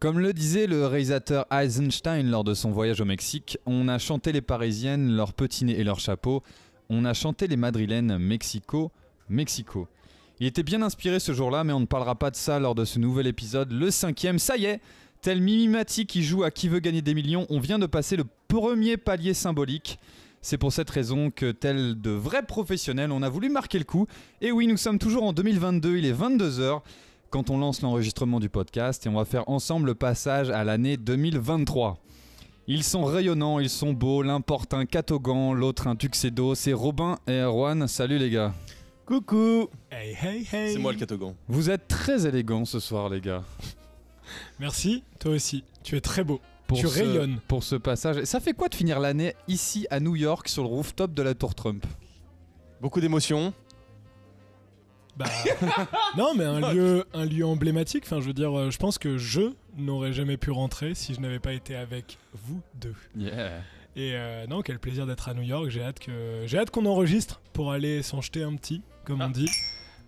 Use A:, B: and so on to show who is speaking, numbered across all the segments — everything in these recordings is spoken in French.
A: Comme le disait le réalisateur Eisenstein lors de son voyage au Mexique, on a chanté les Parisiennes, leurs petits nez et leurs chapeaux, on a chanté les Madrilènes, Mexico, Mexico. Il était bien inspiré ce jour-là, mais on ne parlera pas de ça lors de ce nouvel épisode, le cinquième, ça y est Tel Mimimati qui joue à Qui veut gagner des millions, on vient de passer le premier palier symbolique. C'est pour cette raison que, tel de vrais professionnels, on a voulu marquer le coup. Et oui, nous sommes toujours en 2022, il est 22h quand on lance l'enregistrement du podcast et on va faire ensemble le passage à l'année 2023. Ils sont rayonnants, ils sont beaux, l'un porte un catogan, l'autre un tuxedo, c'est Robin et Erwan, salut les gars.
B: Coucou
C: Hey, hey, hey
D: C'est moi le catogan.
A: Vous êtes très élégants ce soir les gars.
C: Merci, toi aussi. Tu es très beau.
A: Pour
C: tu
A: ce-
C: rayonnes.
A: Pour ce passage, Et ça fait quoi de finir l'année ici à New York sur le rooftop de la tour Trump
D: Beaucoup d'émotions.
C: Bah, non, mais un lieu, un lieu emblématique. Enfin, je veux dire, euh, je pense que je n'aurais jamais pu rentrer si je n'avais pas été avec vous deux.
A: Yeah.
C: Et euh, non, quel plaisir d'être à New York. J'ai hâte que, j'ai hâte qu'on enregistre pour aller s'en jeter un petit, comme on dit,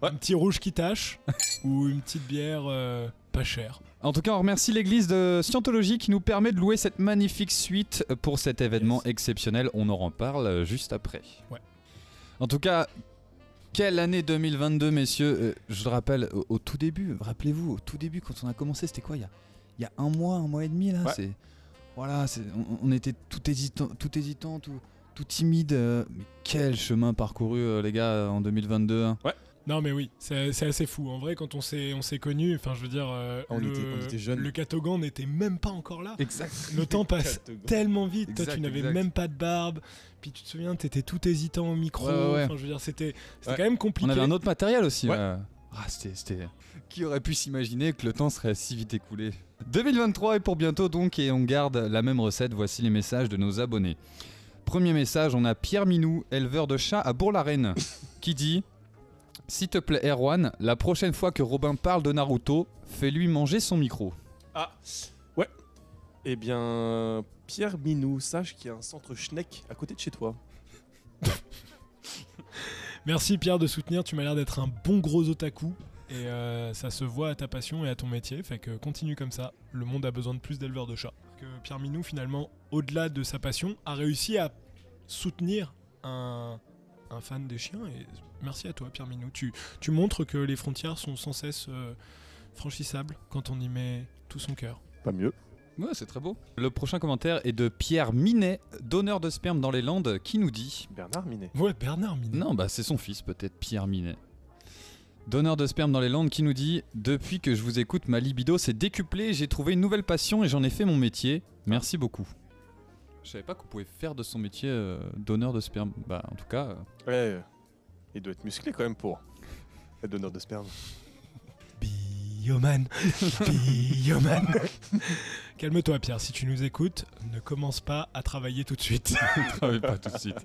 D: Ah. Ouais.
C: un petit rouge qui tâche ou une petite bière euh, pas chère.
A: En tout cas, on remercie l'église de Scientologie qui nous permet de louer cette magnifique suite pour cet événement
C: Yes.
A: exceptionnel. On en reparle euh, juste après.
C: Ouais.
A: En tout cas, quelle année 2022, messieurs. Euh, je le rappelle, au, au tout début, rappelez-vous, au tout début, quand on a commencé, c'était quoi il y, a, il y a un mois, un mois et demi, là
D: Ouais.
A: c'est- Voilà, c'est- on, on était tout hésitant, tout, hésitant, tout, tout timide. euh, mais quel chemin parcouru, euh, les gars, euh, en 2022. hein.
C: Non mais oui, c'est c'est assez fou. En vrai, quand on s'est on s'est connus, enfin je veux dire, euh,
D: On
C: le,
D: était- on était jeunes.
C: le Katogan n'était même pas encore là.
A: Exact.
C: Le temps passe tellement vite. Toi,
A: Exact,
C: tu n'avais
A: exact.
C: même pas de barbe. Puis tu te souviens, t'étais tout hésitant au micro.
A: Ouais, ouais, ouais.
C: Enfin, je veux dire, c'était c'était
D: Ouais.
C: quand même compliqué.
A: On avait un autre matériel aussi.
D: Ouais.
A: euh. Ah, c'était, c'était- Qui aurait pu s'imaginer que le temps serait si vite écoulé 2023 est pour bientôt donc et on garde la même recette. Voici les messages de nos abonnés. Premier message, on a Pierre Minou, éleveur de chats à Bourg-la-Reine, qui dit S'il te plaît, Erwan, la prochaine fois que Robin parle de Naruto, fais-lui manger son micro.
D: Ah Ouais. Eh bien, Pierre Minou, sache qu'il y a un centre Schneck à côté de chez toi.
C: Merci Pierre de soutenir. Tu m'as l'air d'être un bon gros otaku. Et euh, ça se voit à ta passion et à ton métier. Fait que continue comme ça. Le monde a besoin de plus d'éleveurs de chats. Que Pierre Minou, finalement, au-delà de sa passion, a réussi à soutenir un, un fan des chiens. Et merci à toi, Pierre Minou. Tu, tu montres que les frontières sont sans cesse euh, franchissables quand on y met tout son cœur.
D: Pas mieux.
A: Ouais, c'est très beau. Le prochain commentaire est de Pierre Minet, donneur de sperme dans les Landes, qui nous dit
D: Bernard Minet.
C: Ouais, Bernard Minet.
A: Non, bah c'est son fils peut-être, Pierre Minet. Donneur de sperme dans les Landes qui nous dit Depuis que je vous écoute, ma libido s'est décuplée, j'ai trouvé une nouvelle passion et j'en ai fait mon métier. Merci beaucoup. Je savais pas qu'on pouvait faire de son métier euh, donneur de sperme. Bah en tout cas. euh,
D: Ouais. euh, Il doit être musclé quand même pour être donneur de sperme.
C: Bioman. Bioman. Calme-toi, Pierre. Si tu nous écoutes, ne commence pas à travailler tout de suite.
A: travaille euh, pas tout de suite.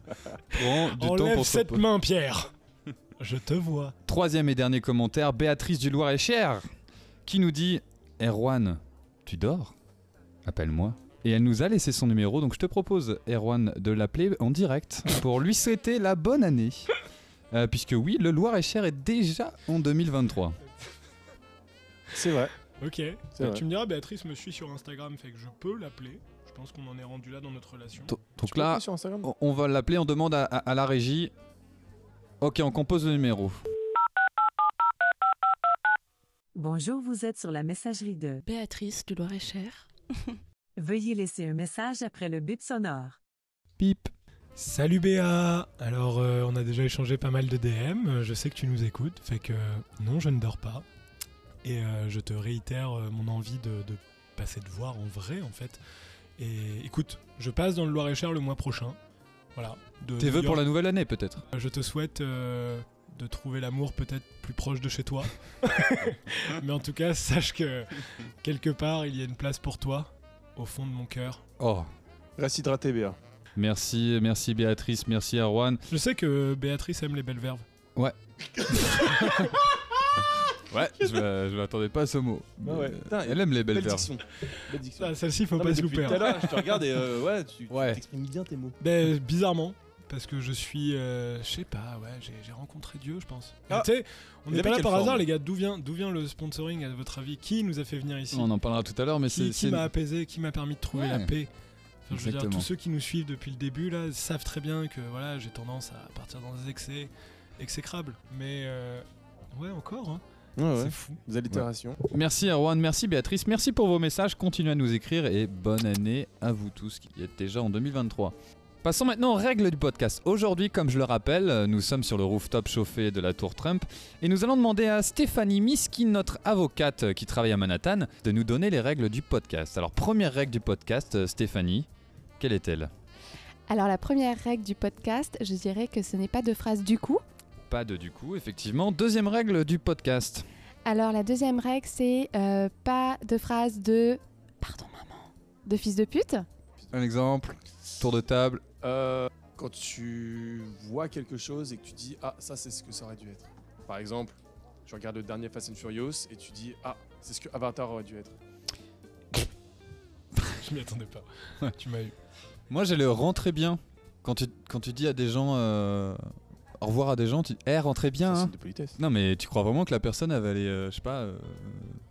A: Prends du temps
C: Enlève
A: pour se
C: cette
A: reposer.
C: main, Pierre. Je te vois.
A: Troisième et dernier commentaire Béatrice du Loir-et-Cher qui nous dit Erwan, tu dors Appelle-moi. Et elle nous a laissé son numéro, donc je te propose, Erwan, de l'appeler en direct pour lui souhaiter la bonne année. Euh, puisque oui, le Loir-et-Cher est déjà en 2023.
D: C'est vrai.
C: Ok.
D: C'est vrai.
C: Tu me diras, Béatrice me suit sur Instagram, fait que je peux l'appeler. Je pense qu'on en est rendu là dans notre relation.
A: Do-
D: Tu
A: Donc
D: peux
A: là,
D: appeler sur Instagram
A: on- on va l'appeler, on demande à, à- à la régie. Ok, on compose le numéro.
E: Bonjour, vous êtes sur la messagerie de
F: Béatrice du Loir-et-Cher.
E: Veuillez laisser un message après le bip sonore.
A: Pip.
C: Salut Béa. Alors, euh, on a déjà échangé pas mal de DM. euh, Je sais que tu nous écoutes, fait que euh, non, je ne dors pas. Et euh, je te réitère euh, mon envie de, de passer te voir en vrai, en fait. Et écoute, je passe dans le Loir-et-Cher le mois prochain. Voilà. De
A: Tes
C: New
A: vœux pour
C: York.
A: la nouvelle année, peut-être
C: Je te souhaite euh, de trouver l'amour peut-être plus proche de chez toi. Mais en tout cas, sache que quelque part, il y a une place pour toi au fond de mon cœur.
A: Oh.
D: Reste hydraté, Béa.
A: Merci, merci Béatrice, merci Erwan.
C: Je sais que Béatrice aime les belles verves.
A: Ouais, je, m'a- je m'attendais pas à ce mot.
D: Ouais, ouais.
A: Euh,
D: Putain,
A: Elle aime les belles
D: Belle
A: verves.
D: diction. Belle diction.
C: Ah, Celle-ci, faut
D: Non,
C: pas
D: mais
C: se
D: depuis
C: louper.
D: tout à
C: hein.
D: l'heure, je te regarde et euh, ouais, tu tu
A: Ouais.
D: t'exprimes bien tes mots.
C: Ben, bizarrement, parce que je suis, euh, je sais pas, ouais, j'ai j'ai rencontré Dieu, je pense.
D: Ah.
C: Mais Tu sais, on
D: Il
C: n'est
D: avait
C: pas là
D: quelle
C: par
D: forme
C: hasard, les gars. D'où vient, d'où vient le sponsoring, à votre avis Qui nous a fait venir ici
A: On en parlera tout à l'heure, mais c'est.
C: Qui, qui
A: c'est-
C: m'a apaisé Qui m'a permis de trouver
A: Ouais.
C: la paix Enfin, je veux dire,
A: Exactement.
C: tous ceux qui nous suivent depuis le début là savent très bien que voilà, j'ai tendance à partir dans des excès exécrables. Mais euh, ouais, encore, hein.
A: Ah
C: c'est fou.
D: Des allitérations.
A: Merci Erwan, merci Béatrice, merci pour vos messages, continuez à nous écrire et bonne année à vous tous qui êtes déjà en 2023. Passons maintenant aux règles du podcast. Aujourd'hui, comme je le rappelle, euh, nous sommes sur le rooftop chauffé de la tour Trump et nous allons demander à Stéphanie Miskin, notre avocate euh, qui travaille à Manhattan, de nous donner les règles du podcast. Alors, première règle du podcast, euh, Stéphanie, quelle est-elle
B: Alors la première règle du podcast, je dirais que ce n'est pas de phrase du coup.
A: Pas de du coup, effectivement. Deuxième règle du podcast.
B: Alors la deuxième règle, c'est euh, pas de phrase de pardon maman, de fils de pute.
A: Un exemple, tour de table.
D: Euh, quand tu vois quelque chose et que tu dis ah ça c'est ce que ça aurait dû être. Par exemple, tu regardes le dernier Fast and Furious et tu dis ah c'est ce que Avatar aurait dû être.
C: Je m'y attendais pas.
A: Ouais.
C: Tu m'as eu.
A: Moi, j'ai le rentrer bien. Quand tu, quand tu dis à des gens. euh, au revoir à des gens, tu dis. Eh, rentrez bien,
D: Ça,
A: hein.
D: de politesse.
A: Non, mais tu crois vraiment que la personne, elle va aller, euh, je sais pas, euh,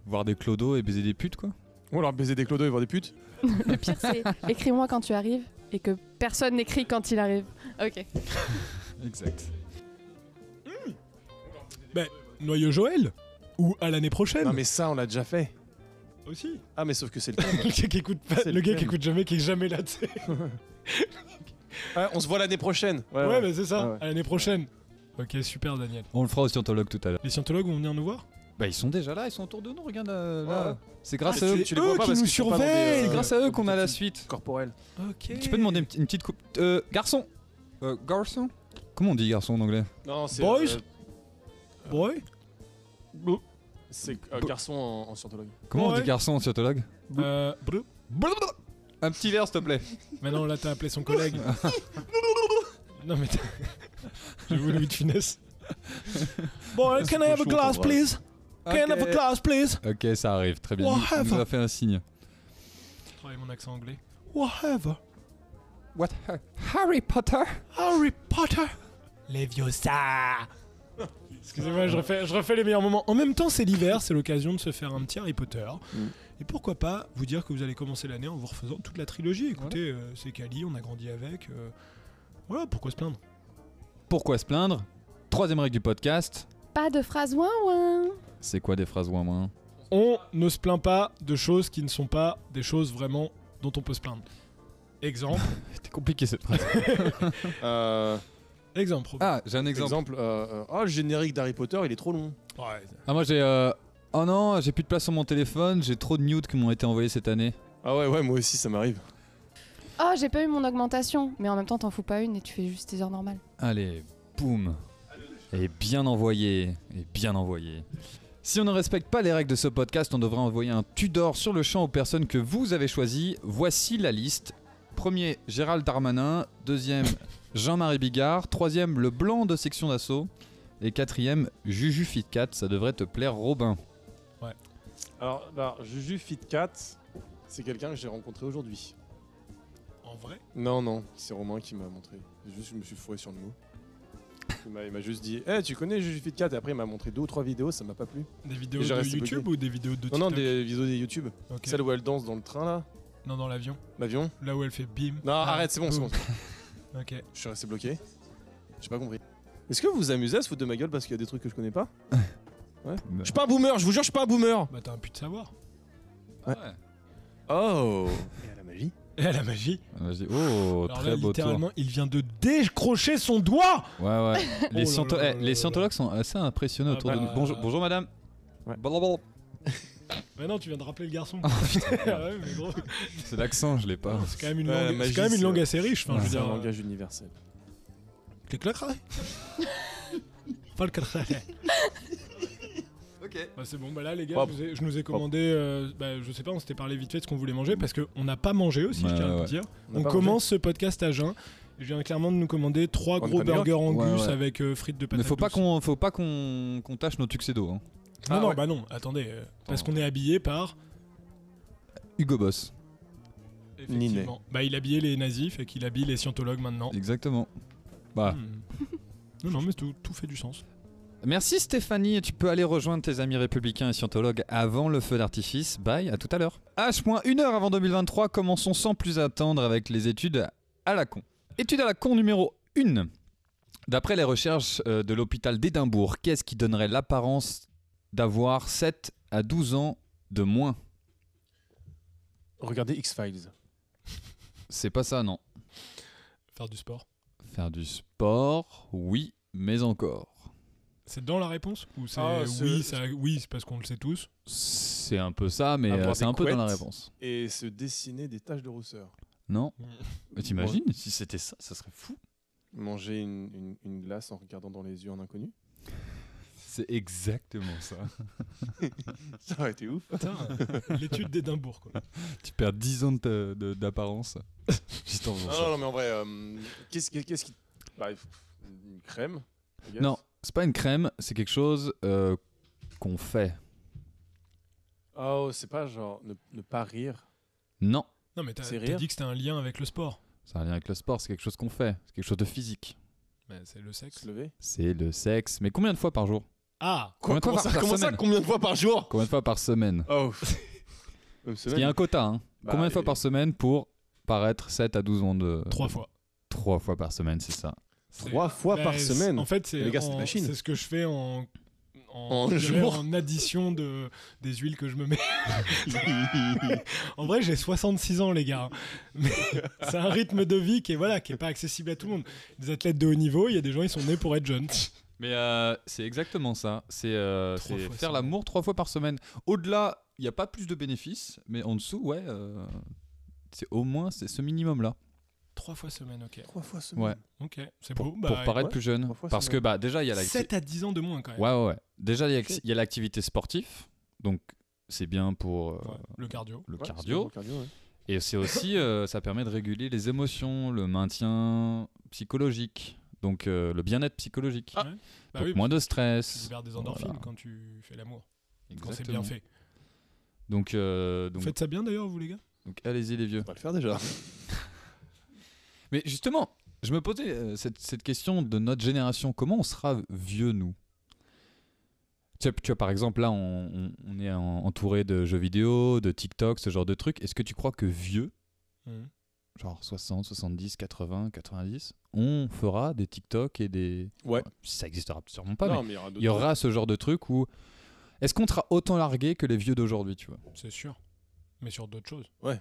A: voir des clodos et baiser des putes, quoi
D: Ou alors baiser des clodos et voir des putes.
B: Le pire c'est écris-moi quand tu arrives et que personne n'écrit quand il arrive. Ok.
A: Exact.
C: Noyau Joël ou à l'année prochaine
D: Non mais ça on l'a déjà fait.
C: aussi.
D: Ah mais sauf que c'est le thème.
C: le gars qui écoute pas,
D: C'est
C: le
D: le
C: gars qui
D: thème.
C: écoute jamais, qui est jamais là. tu sais.
D: Ah, on se voit l'année prochaine.
C: Ouais, mais c'est ça.
D: Ah ouais.
C: À l'année prochaine. Ok, super Daniel.
A: On le fera au scientologue tout à l'heure.
C: Les scientologues vont venir nous voir.
A: Bah, ils sont déjà là, ils sont autour de nous, regarde euh,
D: Ouais,
A: là.
D: ouais.
A: C'est grâce,
D: Ah,
A: à
D: tu-
A: eux.
D: tu les vois
C: eux
D: pas
C: qui
D: parce
C: nous
D: qu'ils sont pas dans des,
C: surveillent,
A: C'est
D: euh,
A: grâce à eux qu'on a la suite.
D: corporelle.
C: Ok.
A: Tu peux demander une, petite- une petite coupe. Euh, garçon Euh, Garçon Comment on dit garçon en anglais
D: Non c'est.
C: Boys
D: euh,
C: Boy.
D: c'est euh, garçon en, en scientologue.
A: Comment on
C: Ouais.
A: dit garçon en scientologue
C: Euh, bleu.
A: Un petit verre, s'il te plaît.
C: Mais non, là t'as appelé son collègue. non mais t'as- j'ai voulu de finesse. Boy, can I have a glass please? Can I have a glass please?
A: Ok, ça arrive, très bien. On
C: Whatever.
A: nous a fait un signe.
C: Travaille mon accent anglais. Whatever.
A: What Harry Potter
C: Harry Potter. Leviosa. Excusez-moi, je refais, je refais les meilleurs moments. En même temps, c'est l'hiver, c'est l'occasion de se faire un petit Harry Potter.
D: Mm.
C: Et pourquoi pas vous dire que vous allez commencer l'année en vous refaisant toute la trilogie. Écoutez, euh, c'est Cali, on a grandi avec. euh, voilà, pourquoi se plaindre
A: Pourquoi se plaindre Troisième règle du podcast.
B: Pas de phrase ouin ouin.
A: C'est quoi des phrases ouin moins
C: On ne se plaint pas de choses qui ne sont pas des choses vraiment dont on peut se plaindre. Exemple.
A: C'était compliqué cette phrase.
D: Euh,
C: exemple. Robin.
A: Ah, j'ai un exemple.
D: exemple. euh, euh, oh le générique d'Harry Potter il est trop long.
C: Ouais.
A: Ah, moi j'ai. euh, Oh non, j'ai plus de place sur mon téléphone, j'ai trop de nudes qui m'ont été envoyés cette année.
D: Ah ouais ouais moi aussi ça m'arrive.
B: Oh j'ai pas eu mon augmentation, mais en même temps t'en fous pas une et tu fais juste tes heures normales.
A: Allez, boum. Et bien envoyé, et bien envoyé. Si on ne respecte pas les règles de ce podcast, on devrait envoyer un Tudor sur le champ aux personnes que vous avez choisies. Voici la liste. Premier, Gérald Darmanin. Deuxième, Jean-Marie Bigard. Troisième, le blanc de section d'assaut. Et quatrième, Juju Fitcat. Ça devrait te plaire, Robin.
D: Alors là Juju Fitcat c'est quelqu'un que j'ai rencontré aujourd'hui.
C: En vrai
D: Non, non, c'est Romain qui m'a montré. Juste, je me suis fourré sur le mot. Il m'a- il m'a juste dit, Eh, tu connais Juju Fitcat Et après, il m'a montré deux ou trois vidéos, ça m'a pas plu.
C: Des vidéos
D: Et j'ai
C: de
D: resté
C: YouTube ou des vidéos de
D: Non, non,
C: TikTok
D: des vidéos de YouTube.
C: Ok.
D: Celle où elle danse dans le train, là,
C: Non, dans l'avion.
D: l'avion.
C: Là où elle fait bim.
D: Non,
C: Ah,
D: arrête, c'est bon, c'est bon.
C: boum. Ok.
D: Je suis resté bloqué. J'ai pas compris. Est-ce que vous vous amusez à se foutre de ma gueule parce qu'il y a des trucs que je connais pas Je suis pas un boomer, je vous jure, je suis pas un boomer
C: Bah t'as un pu de savoir.
A: Ouais.
D: Oh Et à la magie
C: Et à la magie.
A: Ah, je dis, oh,
C: Alors
A: très
C: là,
A: beau tour.
C: littéralement, il vient de décrocher son doigt.
A: Ouais, ouais. Les,
C: Oh là
A: sciento-
C: là
A: eh,
C: là
A: les
C: là
A: scientologues sont assez impressionnés
C: Ah
A: autour de
C: bah.
A: nous. Bonjour, bonjour madame.
D: Ouais.
A: Blablabla.
C: Mais Bah, non, tu viens de rappeler le garçon. Ah ouais, mais gros,
A: C'est l'accent, je l'ai Oh, pas.
C: C'est quand même une
D: Ouais,
C: langue,
D: magie,
C: c'est quand même une
D: c'est-
C: langue assez riche. Enfin, je veux
D: Ah, C'est
C: dire,
D: un langage universel.
C: euh, clic, clac, clac. Pas le clac, clac.
A: Ok.
C: Bah, c'est bon, bah là les gars,
D: Hop.
C: je, vous ai- je nous ai commandé, euh, bah, je sais pas, on s'était parlé vite fait de ce qu'on voulait manger parce qu'on n'a pas mangé aussi,
A: Ouais,
C: je tiens à
A: ouais.
C: le dire.
D: a
C: On,
D: pas
C: commence ce podcast à jeun. Je viens clairement de nous commander trois
D: On est
C: gros
D: pas New York
C: burgers angus
A: Ouais, ouais.
C: avec euh, frites de
A: Mais
C: patates
A: faut pas
C: douces.
A: qu'on faut pas qu'on qu'on tâche nos tuxedos. Hein.
C: Non,
D: Ah
C: non,
D: ouais.
C: bah non, attendez. euh, parce qu'on est habillé par.
A: Hugo Boss.
D: Ninet.
C: Effectivement. Bah, il habillait les nazis, fait qu'il habille les scientologues maintenant.
A: Exactement. Bah.
C: Hmm. Non, non, mais tout, tout fait du sens.
A: Merci Stéphanie, tu peux aller rejoindre tes amis républicains et scientologues avant le feu d'artifice. Bye, à tout à l'heure. H-1 heure avant 2023, commençons sans plus attendre avec les études à la con. Étude à la con numéro 1. D'après les recherches euh, de l'hôpital d'Édimbourg, qu'est-ce qui donnerait l'apparence d'avoir 7 à 12 ans de moins
D: Regardez X-Files.
A: C'est pas ça, non.
C: Faire du sport.
A: Faire du sport, oui, mais encore.
C: C'est dans la réponse ou c'est
D: Ah, c'est-
C: oui, ça, oui, c'est parce qu'on le sait tous.
A: C'est un peu ça, mais
D: Avoir
A: euh, c'est
D: des
A: un peu dans la
D: couettes.
A: réponse.
D: Et se dessiner des taches de rousseur.
A: Non
C: Mm.
A: Mais T'imagines, si c'était ça, ça serait fou.
D: Manger une, une- une glace en regardant dans les yeux un inconnu.
A: C'est exactement ça.
D: Ça aurait été ouf.
C: Putain, l'étude d'Édimbourg quoi.
A: Tu perds 10 ans de ta- de- d'apparence. Juste en faisant
D: Non,
A: ça.
D: non, non, mais en vrai, euh, qu'est-ce qu'est- qu'est-ce qui. Bah, une crème I guess.
A: Non, c'est pas une crème, c'est quelque chose euh, qu'on fait.
D: Oh, c'est pas genre ne, ne pas rire.
A: Non,
C: Non mais t'as
D: C'est
C: t'as
D: rire.
C: dit que c'était un lien avec le sport.
A: ça a un lien avec le sport, c'est quelque chose qu'on fait, c'est quelque chose de physique.
C: Mais c'est le sexe.
D: Se lever
A: C'est le sexe, mais combien de fois par jour
C: Ah,
A: Combien de fois par- par semaine
D: Combien de fois par jour
A: Combien de fois par semaine
D: Oh
A: Parce qu'il y a un quota, hein.
D: Bah,
A: Combien de fois
D: et-
A: par semaine pour paraître 7 à 12 ans de...
C: trois fois.
A: 3 fois par semaine, c'est ça.
C: C'est-
D: Trois fois
C: Bah,
D: par
C: c'est-
D: semaine.
C: En fait, c'est
D: Les gars, c'est des
C: en-
D: machines.
C: c'est ce que je fais en
D: En
C: je dirais
D: jour.
C: en addition de des huiles que je me mets. en vrai, j'ai 66 ans les gars. Mais c'est un rythme de vie qui est voilà, qui est pas accessible à tout le monde. Des athlètes de haut niveau, il y a des gens ils sont nés pour être jeunes.
A: Mais euh, c'est exactement ça. C'est euh,
C: Trois
A: c'est
C: fois
A: faire
C: semaine.
A: l'amour trois fois par semaine. Au-delà, il n'y a pas plus de bénéfices, mais en dessous, ouais, euh, c'est au moins c'est ce minimum-là.
C: Trois fois semaine, OK.
D: Trois fois semaine.
A: Ouais.
C: OK, c'est
A: Pour,
C: beau.
A: pour
C: Bah,
A: paraître
D: ouais,
A: plus jeune.
D: trois fois
A: Parce que
D: semaine.
A: bah, déjà, il y a l'acti-
C: 7 à 10 ans de moins quand même.
A: Ouais, ouais, ouais. Déjà, il y a-
D: Ok.
A: il y a l'activité sportive. Donc, c'est bien pour euh,
C: Ouais, Le cardio.
A: le
D: Ouais, c'est
A: cardio.
D: bon, cardio ouais.
A: Et c'est aussi, euh, ça permet de réguler les émotions, le maintien psychologique. Donc, euh, le bien-être psychologique.
C: Ah, Bah
A: Donc,
C: oui,
A: moins de
C: tu
A: stress.
C: libères des endorphines
A: Voilà.
C: quand tu fais l'amour. Quand c'est
A: Exactement.
C: bien fait.
A: Donc, euh,
C: Vous
A: donc,
C: faites ça bien d'ailleurs vous les gars
A: donc allez-y, les vieux.
D: On va le faire déjà.
A: Mais justement, je me posais euh, cette, cette question de notre génération. Comment on sera vieux, nous tu vois, tu vois, par exemple, là, on, on- on est en- entouré de jeux vidéo, de TikTok, ce genre de trucs. Est-ce que tu crois que vieux,
C: Mhm.
A: genre 60, 70, 80, 90, on fera des TikTok et des.
D: Ouais.
A: Ça existera sûrement pas,
D: non,
A: mais
D: mais il y aura d'autres.
A: il y aura ce genre de truc où. Est-ce qu'on sera autant largué que les vieux d'aujourd'hui, tu vois
C: C'est sûr. Mais sur d'autres choses.
D: Ouais.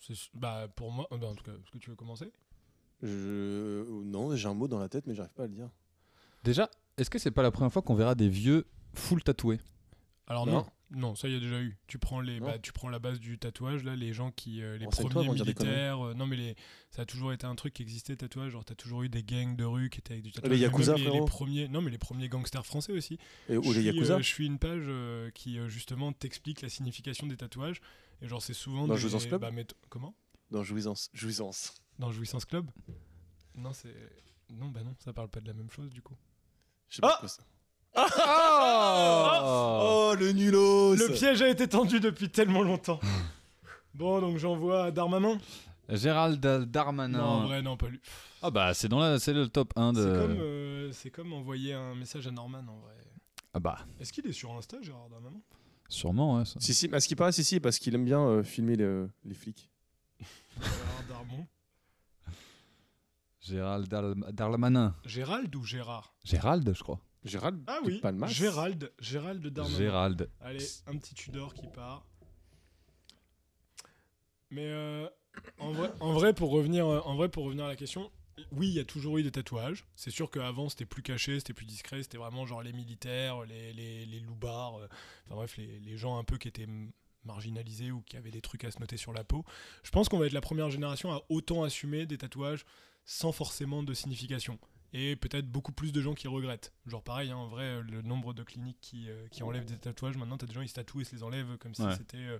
C: C'est su- Bah pour moi, euh, bah, en tout cas, est-ce que tu veux commencer
D: Je... euh, Non, j'ai un mot dans la tête, mais j'arrive pas à le dire.
A: Déjà, est-ce que c'est pas la première fois qu'on verra des vieux full tatoués
C: Alors non.
D: Non.
C: non. ça y a déjà eu. Tu prends les,
D: Non. Oh,
C: bah, tu prends la base du tatouage là, les gens qui, euh, les
D: Renseigne-toi
C: premiers
D: avant de dire des
C: militaires. euh, non mais les, ça a toujours été un truc qui existait tatouage. Genre t'as toujours eu des gangs de rue qui étaient avec du tatouage. mais même
D: Ah, Yakuza,
C: les, les
D: frérot.
C: premiers, non mais les premiers gangsters français aussi.
D: Et, ou
C: je,
D: les
C: suis,
D: Yakuza
C: euh, je suis une page euh, qui euh, justement t'explique la signification des tatouages. Et genre c'est souvent
D: Dans
C: des,
D: Jouissance Club
C: bah, mais t- comment
D: Dans Jouissance. Jouissance.
C: Dans Jouissance Club Non c'est, non bah non, ça parle pas de la même chose du coup.
D: Je sais pas
C: Ah
D: ce que c'est.
A: Ah
D: Oh, le nulos
C: Le piège a été tendu depuis tellement longtemps. Bon, donc j'envoie Darmanin.
A: Gérald Darmanin.
C: Ah Non, en vrai, non, pas lui.
A: Ah bah c'est dans la c'est le top 1 de
C: C'est comme, euh, c'est comme envoyer un message à Norman en vrai.
A: Ah bah
C: Est-ce qu'il est sur Insta, Gérard Darmanin
A: sûrement ouais, ça.
D: Si, si, à ce qui paraît, si, si, parce qu'il aime bien euh, filmer les, les flics.
C: Gérard Darmon.
A: Gérald Dal- Darmanin.
C: Gérald ou Gérard
A: Gérald je crois.
D: Gérald
C: Ah
D: de
C: oui,
D: Palmas
C: Gérald, Gérald Darmanin.
A: Gérald.
C: Allez, un petit Tudor qui part. Mais euh, en, vrai, en vrai, pour revenir, euh, en vrai, pour revenir à la question, oui, il y a toujours eu des tatouages. C'est sûr qu'avant, c'était plus caché, c'était plus discret. C'était vraiment genre les militaires, les, les, les loupards, euh, enfin bref, les, les gens un peu qui étaient m- marginalisés ou qui avaient des trucs à se noter sur la peau. Je pense qu'on va être la première génération à autant assumer des tatouages sans forcément de signification. Et peut-être beaucoup plus de gens qui regrettent. Genre pareil, hein, en vrai, euh, le nombre de cliniques qui, euh, qui enlèvent des tatouages, maintenant t'as des gens qui se tatouent et se les enlèvent comme si
A: Ouais.
C: c'était euh,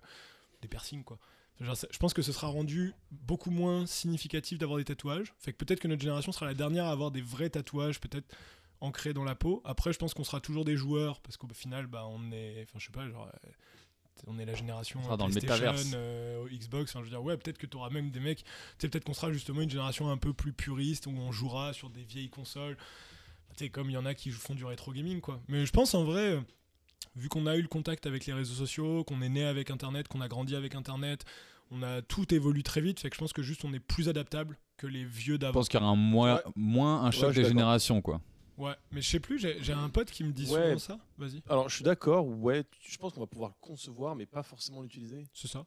C: des piercings quoi. Genre, c'est- je pense que ce sera rendu beaucoup moins significatif d'avoir des tatouages. Fait que peut-être que notre génération sera la dernière à avoir des vrais tatouages, peut-être ancrés dans la peau. Après, je pense qu'on sera toujours des joueurs parce qu'au final, bah, on est, enfin, je sais pas, genre, euh, on est la génération
A: On sera
C: euh,
A: dans le
C: PlayStation,
A: métaverse.
C: euh, Xbox. Enfin, je veux dire, ouais, peut-être que tu auras même des mecs. Tu sais, peut-être qu'on sera justement une génération un peu plus puriste où on jouera sur des vieilles consoles. Tu sais, comme il y en a qui font du rétro gaming, quoi. Mais je pense en vrai, euh, vu qu'on a eu le contact avec les réseaux sociaux, qu'on est né avec Internet, qu'on a grandi avec Internet, on a tout évolue très vite. Fait que je pense que juste on est plus adaptable que les vieux
A: Je
C: d'avant.
A: pense qu'il y aura un moins,
D: Ouais.
A: moins un choc
D: je suis
A: des
D: d'accord.
A: générations, quoi.
C: Ouais, mais je sais plus, j'ai j'ai un pote qui me dit
D: Ouais.
C: souvent ça. Vas-y,
D: Alors, je suis d'accord, ouais, tu- je pense qu'on va pouvoir le concevoir, mais pas forcément l'utiliser.
C: c'est ça.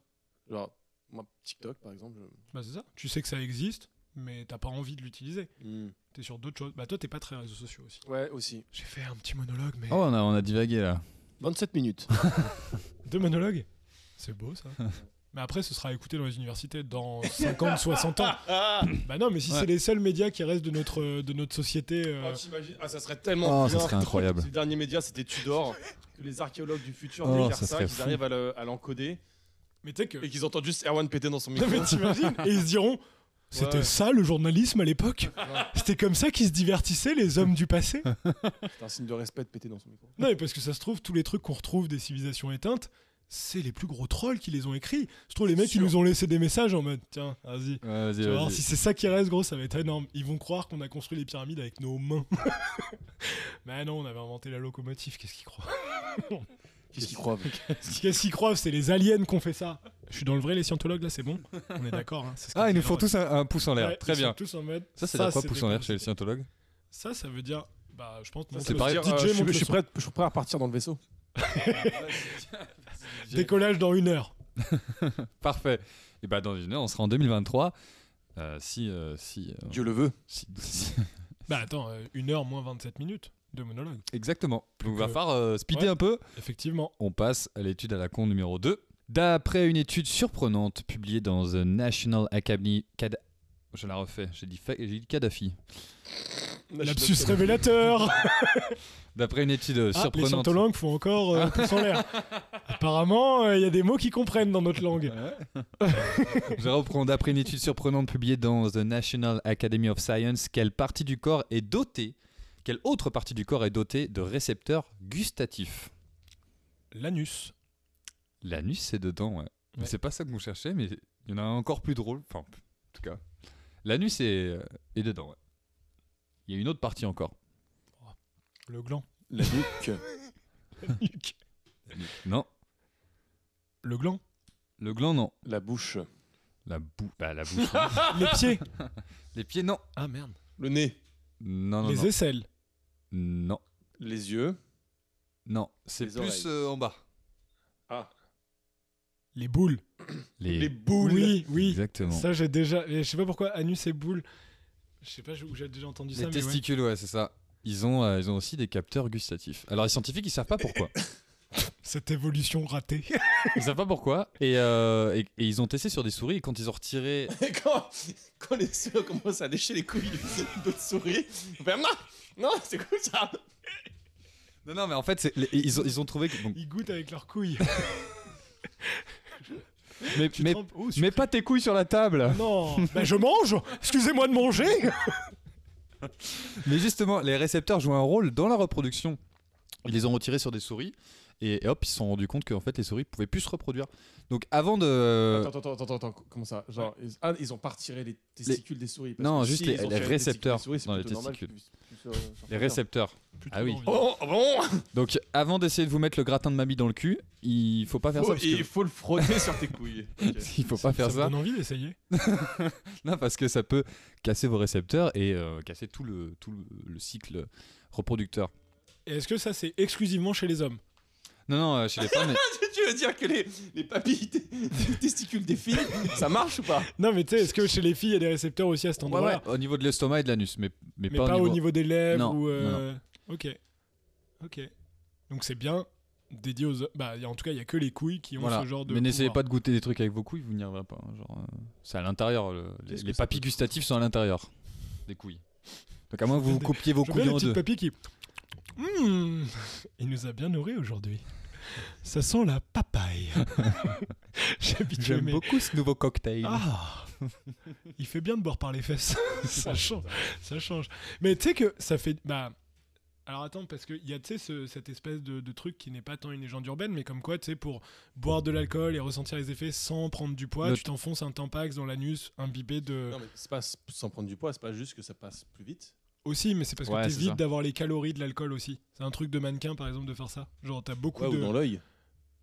D: Genre, moi, TikTok, par exemple. je-
C: Bah, c'est ça. Tu sais que ça existe, mais t'as pas envie de l'utiliser.
D: Hmm.
C: T'es sur d'autres choses. Bah, toi, t'es pas très réseaux sociaux aussi.
D: Ouais, aussi.
C: J'ai fait un petit monologue, mais.
A: Oh, on a, on a divagué là.
D: 27 minutes.
C: Deux monologues C'est beau ça. mais après, ce sera écouté dans les universités dans 50, 60 ans. bah non, mais si
A: Ouais.
C: c'est les seuls médias qui restent de notre, de notre société. euh,
D: Oh, t'imagines Ah, ça serait tellement
A: Oh, ça
D: bien.
A: serait incroyable.
D: Si le dernier média, c'était Tudor, que les archéologues du futur
A: Oh,
D: veulent
A: ça
D: faire ça,
A: serait
D: qu'ils
A: fou.
D: arrivent à le- à l'encoder
C: Mais tu sais que.
D: et qu'ils entendent juste Erwan péter dans son
C: Non,
D: micro.
C: mais t'imagines Et ils se diront. C'était
D: Ouais.
C: ça le journalisme à l'époque C'était comme ça qu'ils se divertissaient les hommes du passé
D: C'est un signe de respect de péter dans son micro.
C: Non, mais parce que ça se trouve, tous les trucs qu'on retrouve des civilisations éteintes, c'est les plus gros trolls qui les ont écrits. Je trouve les mecs qui
D: Sûr.
C: nous ont laissé des messages en mode tiens, vas-y.
A: Ouais, vas-y,
C: Tu vas voir,
A: vas-y.
C: si c'est ça qui reste, gros, ça va être énorme. Ils vont croire qu'on a construit les pyramides avec nos mains. Mais non, on avait inventé la locomotive, qu'est-ce qu'ils croient
D: Qu'est-ce qu'ils croient
C: Qu'est-ce qu'ils croient C'est les aliens qu'on fait ça. Je suis dans le vrai, les scientologues, là, c'est bon On est d'accord. hein, c'est ce qu'on
A: Ah, ils nous
C: dit,
A: font
C: ouais.
A: tous un, un pouce en l'air.
C: Ouais,
A: Très
C: ils sont
A: bien.
C: tous en mode.
A: Ça, c'est quoi
C: c'est
A: pouce
C: des
A: en l'air
C: cons-
A: chez les scientologues
C: Ça, ça veut dire. Bah, je pense. monte
A: c'est
C: le-
A: pareil. Ah,
C: DJ,
D: euh, je, suis,
C: monte le
D: je suis
C: son.
D: prêt, je suis prêt à partir dans le vaisseau.
C: Décollage dans une heure.
A: Parfait. Et bah, dans une heure, on sera en 2023. Euh, si, euh, si, euh,
D: Dieu le veut.
A: si- si-
C: Bah, attends, euh, une heure moins 27 minutes de monologue.
A: Exactement. Donc, il va
C: que-
A: falloir euh, speeder
C: Ouais.
A: un peu.
C: Effectivement.
A: On passe à l'étude à la con numéro 2. D'après une étude surprenante publiée dans The National Academy. Cad- Je la refais, j'ai dit, fa- j'ai dit Kadhafi.
C: Lapsus révélateur
A: D'après une étude euh,
C: ah, Les
A: surprenante. Ah.
C: scientologues font encore euh, pouce en l'air. Apparemment, il y a des mots qui comprennent dans notre langue.
A: Je reprends d'après une étude surprenante publiée dans The National Academy of Science, quelle partie du corps est dotée, quelle autre partie du corps est dotée de récepteurs gustatifs
C: L'anus.
A: L'anus c'est dedans, ouais. Mais
C: Ouais.
A: c'est pas ça que vous cherchez, mais il y en a un encore plus drôle, enfin en tout cas. L'anus est, euh, est dedans, ouais. Il y a une autre partie encore.
C: Le gland.
D: La nuque.
A: Non,
C: Le gland.
A: le gland non.
D: La bouche.
A: La boue, bah la bouche. non.
C: Les pieds.
A: Les pieds non.
C: Ah merde.
D: Le nez.
A: Non non
C: les
A: non.
C: aisselles.
A: Non
D: Les yeux.
A: non, c'est
D: Les
A: plus
D: oreilles.
A: euh, en bas.
C: Les boules.
D: Les boules.
C: Oui, oui.
A: Exactement.
C: Ça, j'ai déjà. et Je sais pas pourquoi anus et boules. Je sais pas où j'ai déjà entendu
A: Les
C: ça. mais ouais.
A: testicules, ouais, c'est ça. Ils ont, euh, ils ont aussi des capteurs gustatifs. Alors les scientifiques, ils savent pas pourquoi.
C: Cette évolution ratée.
A: Ils savent pas pourquoi. Et, euh, et- et ils ont testé sur des souris. Et quand ils ont retiré,
D: Et quand, quand les souris commencent à lécher les couilles d'autres souris, on fait, non, non, c'est quoi ça
A: non, non, mais en fait, c'est- les- ils, ont, ils ont trouvé. Que, donc,
C: Ils goûtent avec leurs couilles.
A: mais,
C: Tu
A: mais,
C: trempes- Oh,
A: mais pas tes couilles sur la table.
C: Non, bah je mange Excusez-moi de manger
A: Mais justement, les récepteurs jouent un rôle dans la reproduction. Ils les ont retirés sur des souris. Et, et hop, ils se sont rendus compte qu'en fait, les souris pouvaient plus se reproduire. Donc avant de,
D: Attends, attends, attends, attends, comment ça Genre, ils, ah, ils ont pas retiré les testicules des souris. parce
A: Non,
D: que
A: juste
D: s'ils
A: les-
D: ont
A: les
D: tiré testicules
A: récepteurs
D: des souris, c'est
A: dans les
D: plutôt normal
A: testicules.
D: qu'ils puissent- puissent, euh,
A: les
D: sortir.
A: récepteurs.
C: Plutôt
A: Ah oui.
C: dans le vide.
D: Oh, bon
A: Donc avant d'essayer de vous mettre le gratin de mamie dans le cul, il faut pas faire ça. parce que-
D: Oh, Il faut le frotter sur tes couilles. Ok.
A: Il faut pas faire
C: me
A: ça.
C: donne envie d'essayer.
A: Non, parce que ça peut casser vos récepteurs et euh, casser tout le, tout le, le cycle reproducteur.
C: Et Est-ce que ça c'est exclusivement chez les hommes
A: Non, non, euh, chez les femmes.
D: tu veux dire que les, les papilles des- des testicules des filles, ça marche ou pas
C: Non mais tu sais, est-ce que chez les filles il y a des récepteurs aussi à cet
A: ouais,
C: endroit
A: ouais, au niveau de l'estomac et de l'anus, mais, mais,
C: Mais pas, au niveau des lèvres
A: Non,
C: ou...
A: non,
C: euh, Ok. Ok. Donc c'est bien dédié aux... hommes. Bah y a- en tout cas il y a que les couilles qui ont
A: Voilà.
C: ce genre de...
A: mais n'essayez pas
C: pouvoir.
A: de goûter des trucs avec vos couilles, vous n'y arriverez pas. hein, Genre, euh, c'est à l'intérieur. le- les
D: Qu'est-ce que
A: les
D: ça
A: papilles
D: peut-
A: gustatifs sont à l'intérieur des couilles. Donc à moins que vous
C: Des-
A: coupiez vos
C: Je veux bien
A: couilles en
C: le petit
A: deux.
C: papy qui... Hmm, Il nous a bien nourris aujourd'hui. Ça sent la papaye. J'ai habitué
A: J'aime
C: mes-
A: beaucoup ce nouveau cocktail.
C: Ah Il fait bien de boire par les fesses. ça change. Ça change. Mais tu sais que ça fait. Bah, Alors attends, parce qu'il y a, tu sais, ce- cette espèce de, de truc qui n'est pas tant une légende urbaine, mais comme quoi, tu sais, pour boire de l'alcool et ressentir les effets sans prendre du poids,
A: Le
C: tu t'enfonces un tampax dans l'anus imbibé de...
D: Non, mais c'est pas s- sans prendre du poids, c'est pas juste que ça passe plus vite.
C: Aussi, mais c'est parce que
A: Ouais, c'est ça.
C: t'évites d'avoir les calories de l'alcool aussi. C'est un truc de mannequin, par exemple, de faire ça. Genre, t'as beaucoup
D: Ouais,
C: de...
D: ou dans l'œil.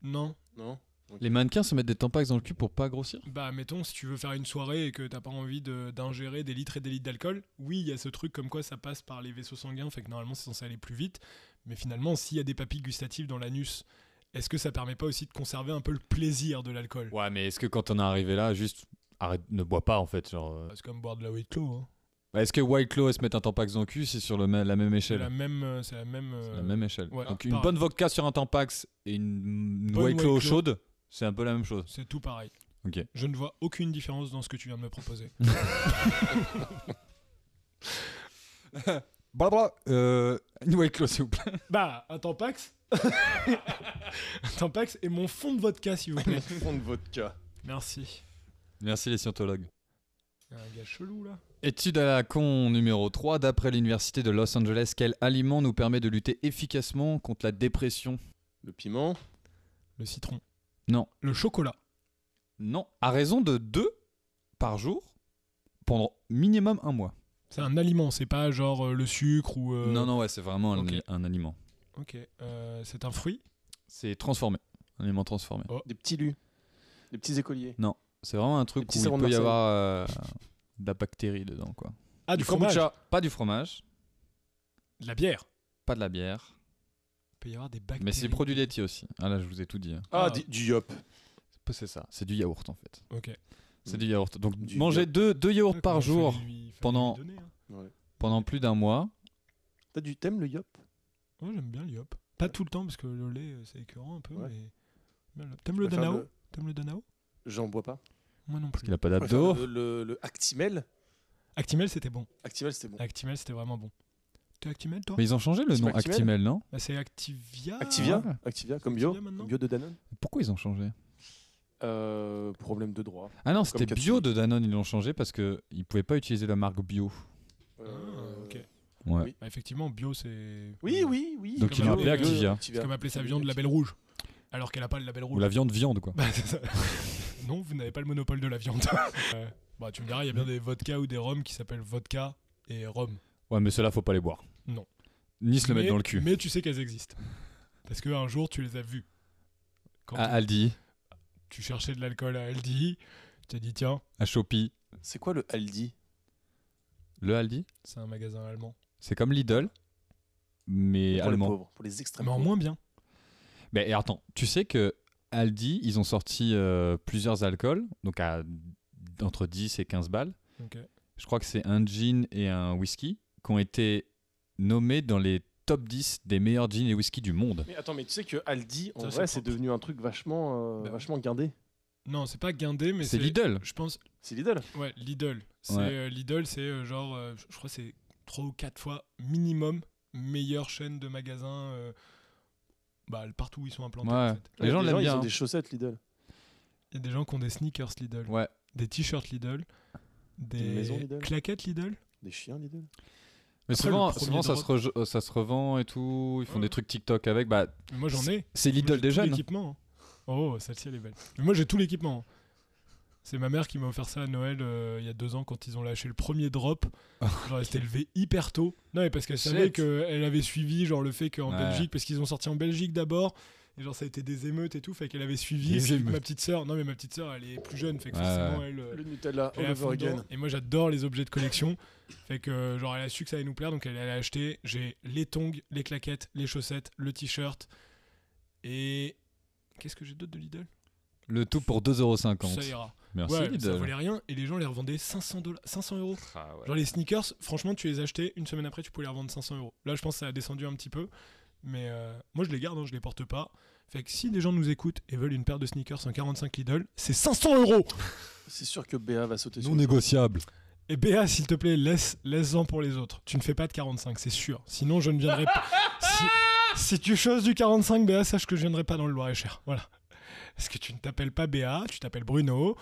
C: Non.
D: Non
A: Les mannequins se mettent des tampax dans le cul pour pas grossir
C: Bah, mettons, si tu veux faire une soirée et que t'as pas envie de- d'ingérer des litres et des litres d'alcool, oui, il y a ce truc comme quoi ça passe par les vaisseaux sanguins, fait que normalement c'est censé aller plus vite. Mais finalement, s'il y a des papilles gustatives dans l'anus, est-ce que ça permet pas aussi de conserver un peu le plaisir de l'alcool
A: Ouais, mais est-ce que quand on est arrivé là, juste arrête, ne bois pas en fait genre, euh.
C: Bah, C'est comme boire de la White Claw. hein.
A: Bah, Est-ce que White Claw et se mettre un tampax dans le cul, c'est sur le ma- la même
C: C'est
A: échelle
C: la même. euh, C'est la même.
A: C'est
C: euh,
A: la même échelle.
C: ouais,
A: Donc
C: ah,
A: une
C: pareil.
A: bonne vodka sur un tampax et une,
C: Bonne
A: White Claw
C: White Claw.
A: chaude, c'est un peu la même chose.
C: C'est tout pareil.
A: Ok.
C: Je ne vois aucune différence dans ce que tu viens de me proposer.
A: Barbara, euh, une White Claw s'il vous plaît.
C: bah, un Tampax Un Tampax et mon fond de vodka, s'il vous plaît.
D: Fond de vodka.
C: Merci.
A: Merci les scientologues.
C: Il y a un gars chelou là.
A: Étude à la con numéro 3. D'après l'université de Los Angeles, quel aliment nous permet de lutter efficacement contre la dépression
D: Le piment.
C: Le citron.
A: Non.
C: Le chocolat.
A: Non. À raison de 2 par jour pendant minimum un mois.
C: C'est un aliment, c'est pas genre euh, le sucre ou. euh,
A: Non, non, ouais, c'est vraiment un,
C: ok.
A: un aliment.
C: Ok. euh, c'est un fruit.
A: C'est transformé. Un aliment transformé.
D: Des petits lus. Des petits écoliers.
A: C'est vraiment un
D: Les
A: truc où
D: petits
A: il
D: savons de
A: peut y
D: Marseille.
A: avoir euh, de la bactérie dedans, quoi.
C: Ah, du, fromage.
A: Pas du fromage,
C: De la bière.
A: pas de la bière,
C: Il peut y avoir des bactéries.
A: mais c'est produit laitier aussi. Ah là, je vous ai tout dit. hein.
D: Ah,
C: Ah.
D: du, du yop.
A: C'est ça. C'est du yaourt en fait.
C: Ok.
A: C'est du yaourt. Donc
D: Du
A: manger deux, deux yaourts par
C: Fallait
A: jour
C: lui- fallait lui
A: pendant-
C: donner, hein.
A: pendant plus d'un mois.
D: T'as du thème le yop
C: Ouais, j'aime bien l'IOP. Pas tout le temps, parce que le lait, euh, c'est écœurant un peu,
D: Ouais.
C: mais... mais le- T'aimes le
D: Je préfère
C: Danao T'aimes le Danao
D: J'en bois pas.
C: Moi non plus.
A: Il a pas
D: Je
A: d'abdos.
D: préfère Le, le, le Actimel.
C: Actimel, c'était bon.
D: Actimel, c'était bon.
C: Actimel, c'était vraiment bon. T'es Actimel, toi
A: Mais ils ont changé le
D: C'est
A: nom
D: pas Actimel
A: Actimel, non
C: Bah, C'est Activia.
D: Activia
A: ouais.
D: Activia, comme bio.
C: Activia, maintenant
D: Bio de Danone.
A: Pourquoi ils ont changé
D: Euh, problème de droit.
A: Ah non, c'était
D: Capsule.
A: bio de Danone, ils l'ont changé parce que ils pouvaient pas utiliser la marque bio.
C: Ah, ok.
A: Ouais.
D: Oui.
C: Bah, effectivement, bio, c'est.
D: Euh, Oui, oui, oui.
A: Donc
C: ils l'ont appelé
A: Activia.
C: C'est comme appeler sa viande label rouge. Alors qu'elle a pas le label
A: Ou
C: rouge.
A: la viande viande quoi.
C: Bah, c'est ça. non, vous n'avez pas le monopole de la viande. Euh, bah, tu me diras, il y a bien des vodkas ou des rhums qui s'appellent vodka et rhum.
A: Ouais, mais ceux-là faut pas les boire.
C: Non.
A: Ni se le mettre
C: Mais-
A: dans le cul.
C: Mais tu sais qu'elles existent. Parce qu'un jour, tu les as vues. Quand
A: À Aldi,
C: tu cherchais de l'alcool à Aldi, tu t'es dit tiens,
A: à Shopee,
D: C'est quoi le Aldi
A: le Aldi,
C: c'est un magasin allemand.
A: c'est comme Lidl mais
D: Pour les
A: allemand.
D: pauvres, pour les extrêmes
A: Ah,
C: Mais en
D: pauvres.
C: moins bien.
A: Mais et attends, tu sais que Aldi, ils ont sorti euh, plusieurs alcools, donc à entre 10 et 15 balles.
C: Ok.
A: Je crois que c'est un gin et un whisky qui ont été nommés dans les top 10 des meilleurs gins et whisky du monde.
D: Mais attends, mais tu sais que Aldi, en
C: Ça, c'est
D: vrai, c'est
C: propre.
D: devenu un truc vachement, euh,
C: Bah oui.
D: vachement gardé.
C: Non, c'est pas guindé, mais
A: C'est
C: c'est
A: Lidl.
C: Je pense,
D: C'est Lidl.
C: ouais, Lidl. C'est
A: Ouais.
C: euh, Lidl, c'est euh, genre, euh, je crois que c'est trois ou quatre fois minimum meilleure chaîne de magasins. euh, bah, partout où ils sont implantés.
A: Ouais.
C: en fait.
A: Les gens
D: ils
A: l'aiment
D: ont
A: bien. hein.
D: des chaussettes Lidl.
C: Il y a des gens qui ont des sneakers Lidl,
A: Ouais.
C: des t-shirts Lidl,
D: Des
C: des
D: maisons Lidl.
C: claquettes Lidl.
D: Des chiens Lidl.
A: Mais
C: Après,
A: souvent,
C: le premier
A: souvent ça,
C: de
A: se reje- euh, ça se revend et tout. Ils font
C: Ouais.
A: des trucs TikTok avec. Bah,
C: Mais moi j'en ai.
A: c'est
C: Moi,
A: Lidl
C: j'ai
A: des
C: tout
A: jeunes.
C: l'équipement, hein. Oh, celle-ci, elle est belle. Mais moi, j'ai tout l'équipement. hein. C'est ma mère qui m'a offert ça à Noël euh, il y a deux ans quand ils ont lâché le premier drop. Genre, elle s'était levée hyper tôt. Non, mais parce qu'elle savait
A: Ah, Shit.
C: qu'elle avait suivi, genre, le fait qu'en
A: Ouais.
C: Belgique, parce qu'ils ont sorti en Belgique d'abord. Et genre, ça a été des émeutes et tout. Fait qu'elle avait suivi.
A: Des
C: Et puis,
A: émeutes.
C: ma petite sœur, non, mais ma petite sœur, elle est plus jeune. Fait que
A: Ouais,
C: forcément, elle. euh,
D: Le Nutella,
C: elle est
D: all
C: à fond
D: over
C: dedans.
D: again.
C: Et moi j'adore les objets de collection. Fait que euh, genre elle a su que ça allait nous plaire, donc elle allait acheter. J'ai les tongs, les claquettes, les chaussettes, le t-shirt. Et qu'est-ce que j'ai d'autre de Lidl
A: Le tout pour 2,50€.
C: Ça ira.
A: Merci
C: ouais, ça
A: Lidl.
C: valait rien et les gens les revendaient 500 dollars, 500 euros.
A: Ah ouais.
C: Genre les sneakers, franchement tu les achetais une semaine après tu pouvais les revendre 500 euros. Là je pense que ça a descendu un petit peu, mais euh, moi je les garde, hein, je les porte pas. Fait que si des gens nous écoutent et veulent une paire de sneakers en 45 Lidl, c'est 500 euros.
D: C'est sûr que Béa va sauter
A: Non
D: sur
A: négociable.
C: Et Béa, s'il te plaît, laisse, laisse-en pour les autres. Tu ne fais pas de 45, c'est sûr. Sinon, je ne viendrai pas. Si, si tu choses du 45, Béa, sache que je viendrai pas dans le Loir-et-Cher. Voilà. Parce que tu ne t'appelles pas Béa, tu t'appelles Bruno.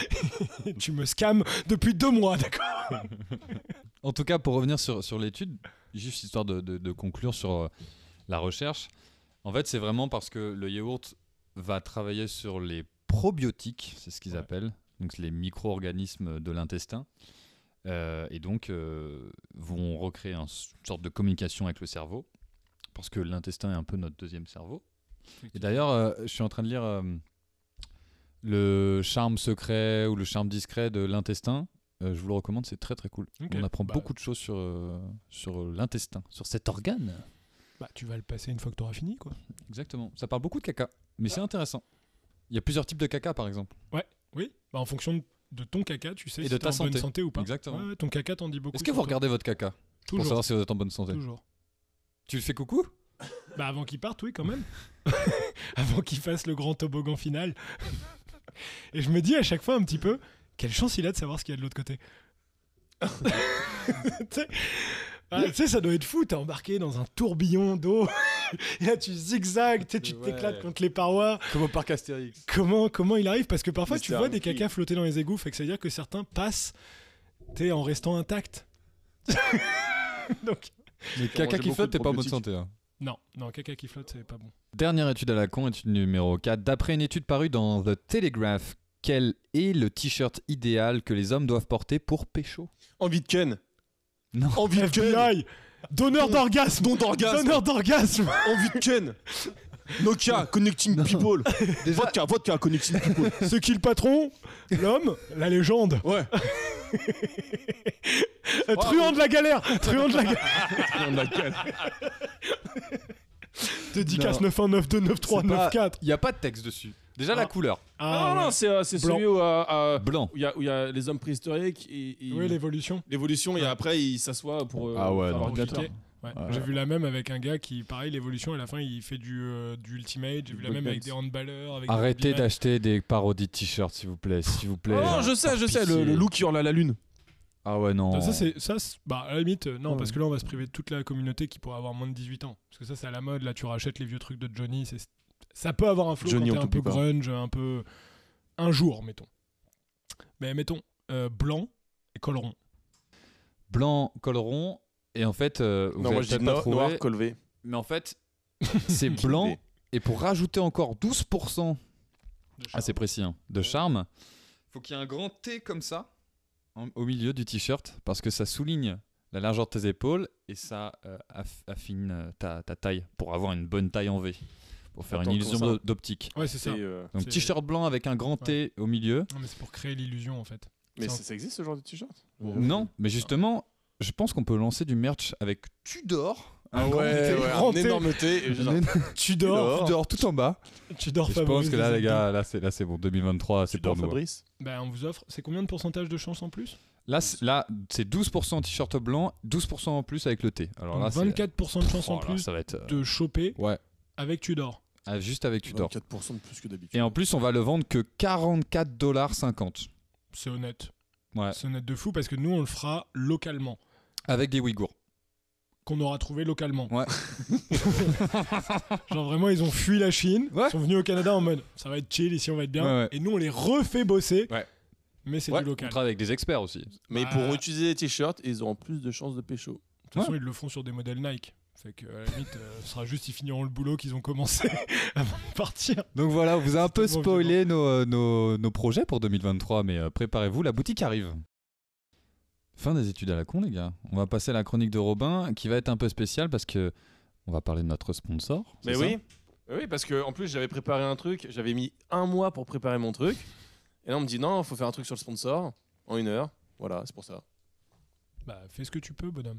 C: tu me scams depuis deux mois, d'accord
A: En tout cas, pour revenir sur, sur l'étude, juste histoire de, de- de conclure sur euh, la recherche. En fait, c'est vraiment parce que le yaourt va travailler sur les probiotiques, c'est ce qu'ils
C: Ouais.
A: appellent, donc les micro-organismes de l'intestin, euh, et donc euh, vont recréer un s- une sorte de communication avec le cerveau, parce que l'intestin est un peu notre deuxième cerveau. Et d'ailleurs, euh, je suis en train de lire euh, le charme secret ou le charme discret de l'intestin. Euh, je vous le recommande, c'est très très cool.
C: Ok.
A: On apprend
C: Bah,
A: beaucoup de choses sur, euh, sur l'intestin, sur cet organe.
C: Bah, tu vas le passer une fois que t'auras fini, quoi.
A: Exactement. Ça parle beaucoup de caca, mais
D: Ah.
A: c'est intéressant. Il y a plusieurs types de caca par exemple.
C: Oui. Bah, en fonction de- de ton caca, tu sais
A: Et
C: si
A: de
C: t'es
A: ta
C: en bonne
A: santé.
C: santé ou pas.
A: Exactement.
C: Ouais, ouais, ton caca t'en dit beaucoup.
A: Est-ce que
C: sur
A: vous
C: toi.
A: regardez votre caca pour
C: Toujours.
A: savoir si vous êtes en bonne santé
C: Toujours.
A: Tu le fais coucou
C: Bah, avant qu'il parte, oui, quand même. avant qu'il fasse le grand toboggan final. Et je me dis à chaque fois un petit peu, quelle chance il a de savoir ce qu'il y a de l'autre côté. tu sais, ah, tu sais, ça doit être fou, t'es embarqué dans un tourbillon d'eau. Et là, tu zigzags, tu sais, tu
D: Ouais.
C: t'éclates contre les parois.
D: Comme au parc Astérix.
C: Comment, comment il arrive Parce que parfois, tu
D: Mr.
C: vois des
D: Mickey.
C: cacas flotter dans les égouts, fait que ça veut dire que certains passent t'es en restant intact. Donc,
A: Mais caca
D: mangez
A: qui
D: beaucoup
A: flotte, t'es
D: de
A: pas en bonne
D: probiotiques.
A: santé. hein.
C: non, non, caca qui flotte, c'est pas bon.
A: Dernière étude à la con, étude numéro 4. D'après une étude parue dans The Telegraph, quel est le t-shirt idéal que les hommes doivent porter pour pécho
D: Envie de Ken.
A: Non.
D: Envie de Ken.
C: FBI Donneur
D: Don-
C: d'orgasme
D: don d'orgasme.
C: Donneur d'orgasme
D: Envie de Ken. Nokia, connecting
A: Non.
D: people.
A: Déjà-
D: Vodka, vodka, connecting people.
C: Ce qui le patron L'homme La légende
D: Ouais.
C: Euh, Truand de la galère Truand de la galère
D: On a Ken.
C: Dédicace
A: Non.
C: 919 293
A: C'est pas-
C: 94
A: Il n'y a pas de texte dessus. Déjà la
C: Ah.
A: couleur.
D: Ah, non, non, c'est euh, c'est
C: Blanc.
D: celui où, euh, euh,
A: Blanc.
D: où il y, a- où il y a les hommes préhistoriques et, et-
C: Oui, l'évolution.
D: l'évolution et après ils s'assoient pour. euh,
A: Ah ouais,
D: faire
A: non,
D: leur
A: putain.
D: guitare.
C: Ouais.
A: Ouais.
C: J'ai vu la même avec un gars qui, pareil, l'évolution, à la fin, il fait du, euh, du ultimate. J'ai
D: Du
C: vu la même avec
D: breakdance.
C: des handballeurs.
D: Euh,
C: Avec des
A: Arrêtez
C: rugbymen.
A: d'acheter des parodies de t-shirts, s'il vous plaît. S'il vous plaît.
D: Ah non, je sais, je sais, le,
A: pitié.
D: le loup qui hurle à la lune.
A: Ah ouais, non.
C: Ah, Ça, c'est, ça, c'est- bah, à la limite, euh, non,
D: Ouais.
C: parce que là, on va se priver de toute la communauté qui pourrait avoir moins de 18 ans. Parce que ça, c'est à la mode. Là, tu rachètes les vieux trucs de Johnny. C'est, ça peut avoir un flow
D: Johnny,
C: quand
D: on
C: t'es un peu
D: t'oublie pas.
C: grunge, un peu. Un jour, mettons. Mais mettons, euh, blanc et col rond.
A: Blanc, col rond. Et en fait, euh, vous avez peut-être pas trouvé,
D: colvé.
A: mais en fait, c'est blanc. Et pour rajouter encore 12%, ah, c'est précis, hein, de charme, faut qu'il y ait un grand T comme ça en- au milieu du t-shirt parce que ça souligne la largeur de tes épaules et ça euh, aff- affine euh, ta, ta taille pour avoir une bonne taille en V, pour faire
D: Attends,
A: une illusion
D: comment ça
A: d'o- d'optique.
C: Ouais, c'est ça.
A: Donc
D: euh,
C: C'est-
A: t-shirt blanc avec un grand T au milieu.
C: Non, mais c'est pour créer l'illusion, en fait.
D: Mais
C: C'est un-
D: ça, ça existe ce genre de t-shirt
A: Non, mais justement, je pense qu'on peut lancer du merch avec Tudor.
D: Ah
A: grand
D: ouais,
A: T.
D: ouais,
C: grand
D: un
C: T.
D: énorme thé. et genre-
C: Tu dors,
A: Tudor tout en bas.
C: tu dors
A: Et je pense
C: favorise
A: que là,
C: les
A: les gars, là c'est là c'est bon. 2023, c'est
D: Tu
A: pour
D: dors,
A: nous. hein.
D: Fabrice
C: Bah, on vous offre. C'est combien de pourcentage de chance en plus
A: Là, c'est- là, c'est 12% t-shirt blanc, 12% en plus avec le T. Alors là,
C: Donc,
A: c'est-
C: 24% de chance en
A: Oh là,
C: plus
A: ça va être euh,
C: de choper
A: ouais,
C: avec tu dors.
A: ah, juste avec Tudor.
D: 4% de plus que d'habitude.
A: Et en plus, on va le vendre que 44 dollars 50.
C: C'est honnête.
A: Ouais.
C: C'est honnête de fou parce que nous, on le fera localement.
A: Avec des Ouïghours.
C: qu'on aura trouvé localement.
A: Ouais.
C: Genre vraiment, ils ont fui la Chine,
A: Ouais.
C: ils sont venus au Canada en mode ça va être chill, ici on va être bien.
A: Ouais, ouais.
C: Et nous, on les refait bosser,
A: Ouais.
C: mais c'est
A: Ouais,
C: du
A: on
C: local. De
A: travaille avec des experts aussi.
D: Mais
C: Ah.
D: pour utiliser les t-shirts, ils auront plus de chances de pécho.
C: toute façon, ils le font sur des modèles Nike. Fait que, à la limite, euh, ce sera juste ils finiront le boulot qu'ils ont commencé avant de partir.
A: Donc voilà, on vous a un peu
C: C'était bon,
A: spoilé nos, euh, nos- nos projets pour 2023, mais euh, préparez-vous, la boutique arrive. Fin des études à la con, les gars. On va passer à la chronique de Robin, qui va être un peu spéciale parce que on va parler de notre sponsor. c'est
D: Mais
A: ça
D: oui. Oui, parce que en plus, j'avais préparé un truc. J'avais mis un mois pour préparer mon truc. Et là, on me dit non, faut faire un truc sur le sponsor en une heure. Voilà, c'est pour ça.
C: Bah, fais ce que tu peux, bonhomme.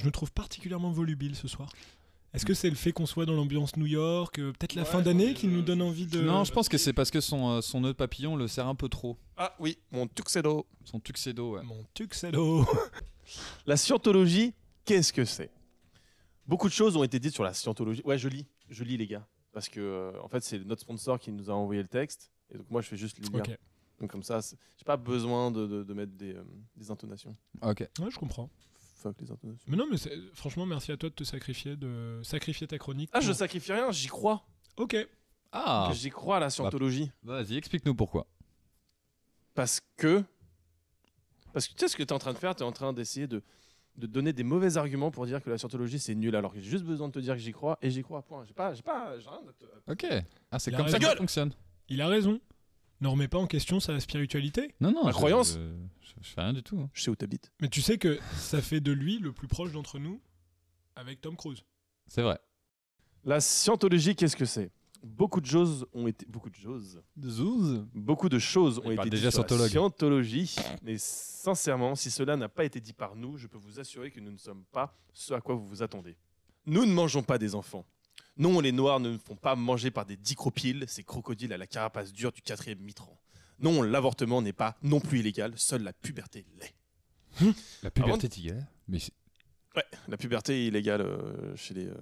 C: Je me trouve particulièrement volubile ce soir. Est-ce que c'est le fait qu'on soit dans l'ambiance New York, euh, peut-être la fin d'année qui nous donne envie de.
A: Non, je pense que c'est parce que son, euh, son nœud papillon le serre un peu trop.
D: Ah oui, mon tuxedo.
A: Son tuxedo, ouais.
C: Mon tuxedo.
D: La scientologie, qu'est-ce que c'est Beaucoup de choses ont été dites sur la scientologie. Ouais, je lis, je lis les gars, parce que euh, en fait c'est notre sponsor qui nous a envoyé le texte, et donc moi je fais juste les lire.
C: ok.
D: Donc comme ça, c'est- j'ai pas besoin de, de- de mettre des, euh, des intonations.
A: Ok.
C: Ouais, je comprends.
D: Fuck les intonations.
C: Mais non, mais c'est- franchement, merci à toi de te sacrifier, de sacrifier ta chronique.
D: Ah, je
C: pour-
D: sacrifie rien, j'y crois.
C: Ok.
A: Ah
D: J'y crois à la scientologie,
A: Vas-y, explique-nous pourquoi.
D: parce que, parce que tu sais ce que t'es en train de faire, t'es en train d'essayer de de donner des mauvais arguments pour dire que la scientologie c'est nul alors que j'ai juste besoin de te dire que j'y crois et j'y crois point. J'ai pas j'ai pas j'ai rien à te-
A: Ok. Ah, c'est
C: Il a
A: comme ça que
D: raison.
A: ça fonctionne.
C: Il a raison. Ne remets pas en question sa spiritualité.
A: Non, non.
D: Ma
A: je-
D: croyance.
A: Je, je fais rien du tout. hein.
D: Je sais où t'habites.
C: Mais tu sais que ça fait de lui le plus proche d'entre nous avec Tom Cruise.
A: C'est vrai.
D: La scientologie qu'est-ce que c'est Beaucoup de choses ont été beaucoup de choses.
A: Zouz
D: Beaucoup de choses
A: Il
D: ont été
A: parle
D: dites
A: déjà
D: sur la
A: scientologue.
D: scientologie, mais sincèrement, si cela n'a pas été dit par nous, je peux vous assurer que nous ne sommes pas ce à quoi vous vous attendez. Nous ne mangeons pas des enfants. Non, les Noirs ne nous font pas manger par des dicropiles, ces crocodiles à la carapace dure du quatrième mitran. Non, l'avortement n'est pas non plus illégal, seule la puberté l'est.
A: La
D: puberté
A: puberté tigre. Mais c'est-
D: Ouais, la puberté est illégale euh, chez les... euh,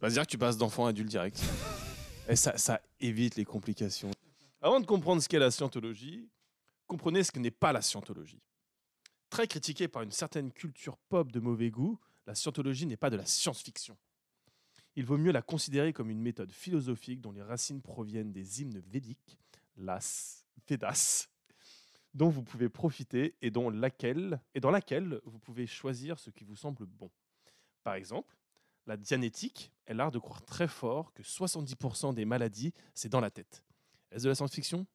D: On va se dire que tu passes d'enfant à adulte direct. Et Eh, ça, ça évite les complications. Avant de comprendre ce qu'est la scientologie, comprenez ce que n'est pas la scientologie. Très critiquée par une certaine culture pop de mauvais goût, la scientologie n'est pas de la science-fiction. Il vaut mieux la considérer comme une méthode philosophique dont les racines proviennent des hymnes védiques, las, vedas, dont vous pouvez profiter et dont laquelle et dans laquelle vous pouvez choisir ce qui vous semble bon. Par exemple, la dianétique est l'art de croire très fort que 70% des maladies, c'est dans la tête. Est-ce de la science-fiction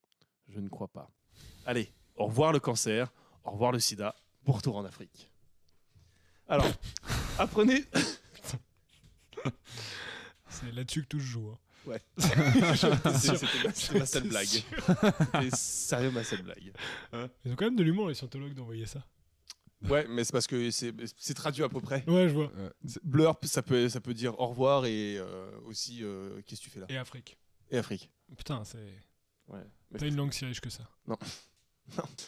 D: Je ne crois pas. Allez, au revoir le cancer, au revoir le sida, bon retour en Afrique. Alors, apprenez...
C: C'est là-dessus que tout se joue. hein.
D: C'était ma- c'était ma seule blague. C'était sérieux ma seule blague.
C: Ils ont quand même de l'humour, les scientologues, d'envoyer ça.
F: Ouais, mais c'est parce que c'est c'est traduit à peu près.
C: Ouais, je vois.
A: euh,
F: Blurp, ça peut, ça peut dire au revoir et euh, aussi euh, qu'est-ce que tu fais là
C: Et Afrique.
F: Et Afrique.
C: Putain, c'est.
D: Ouais, mais-
C: T'as une langue si riche que ça.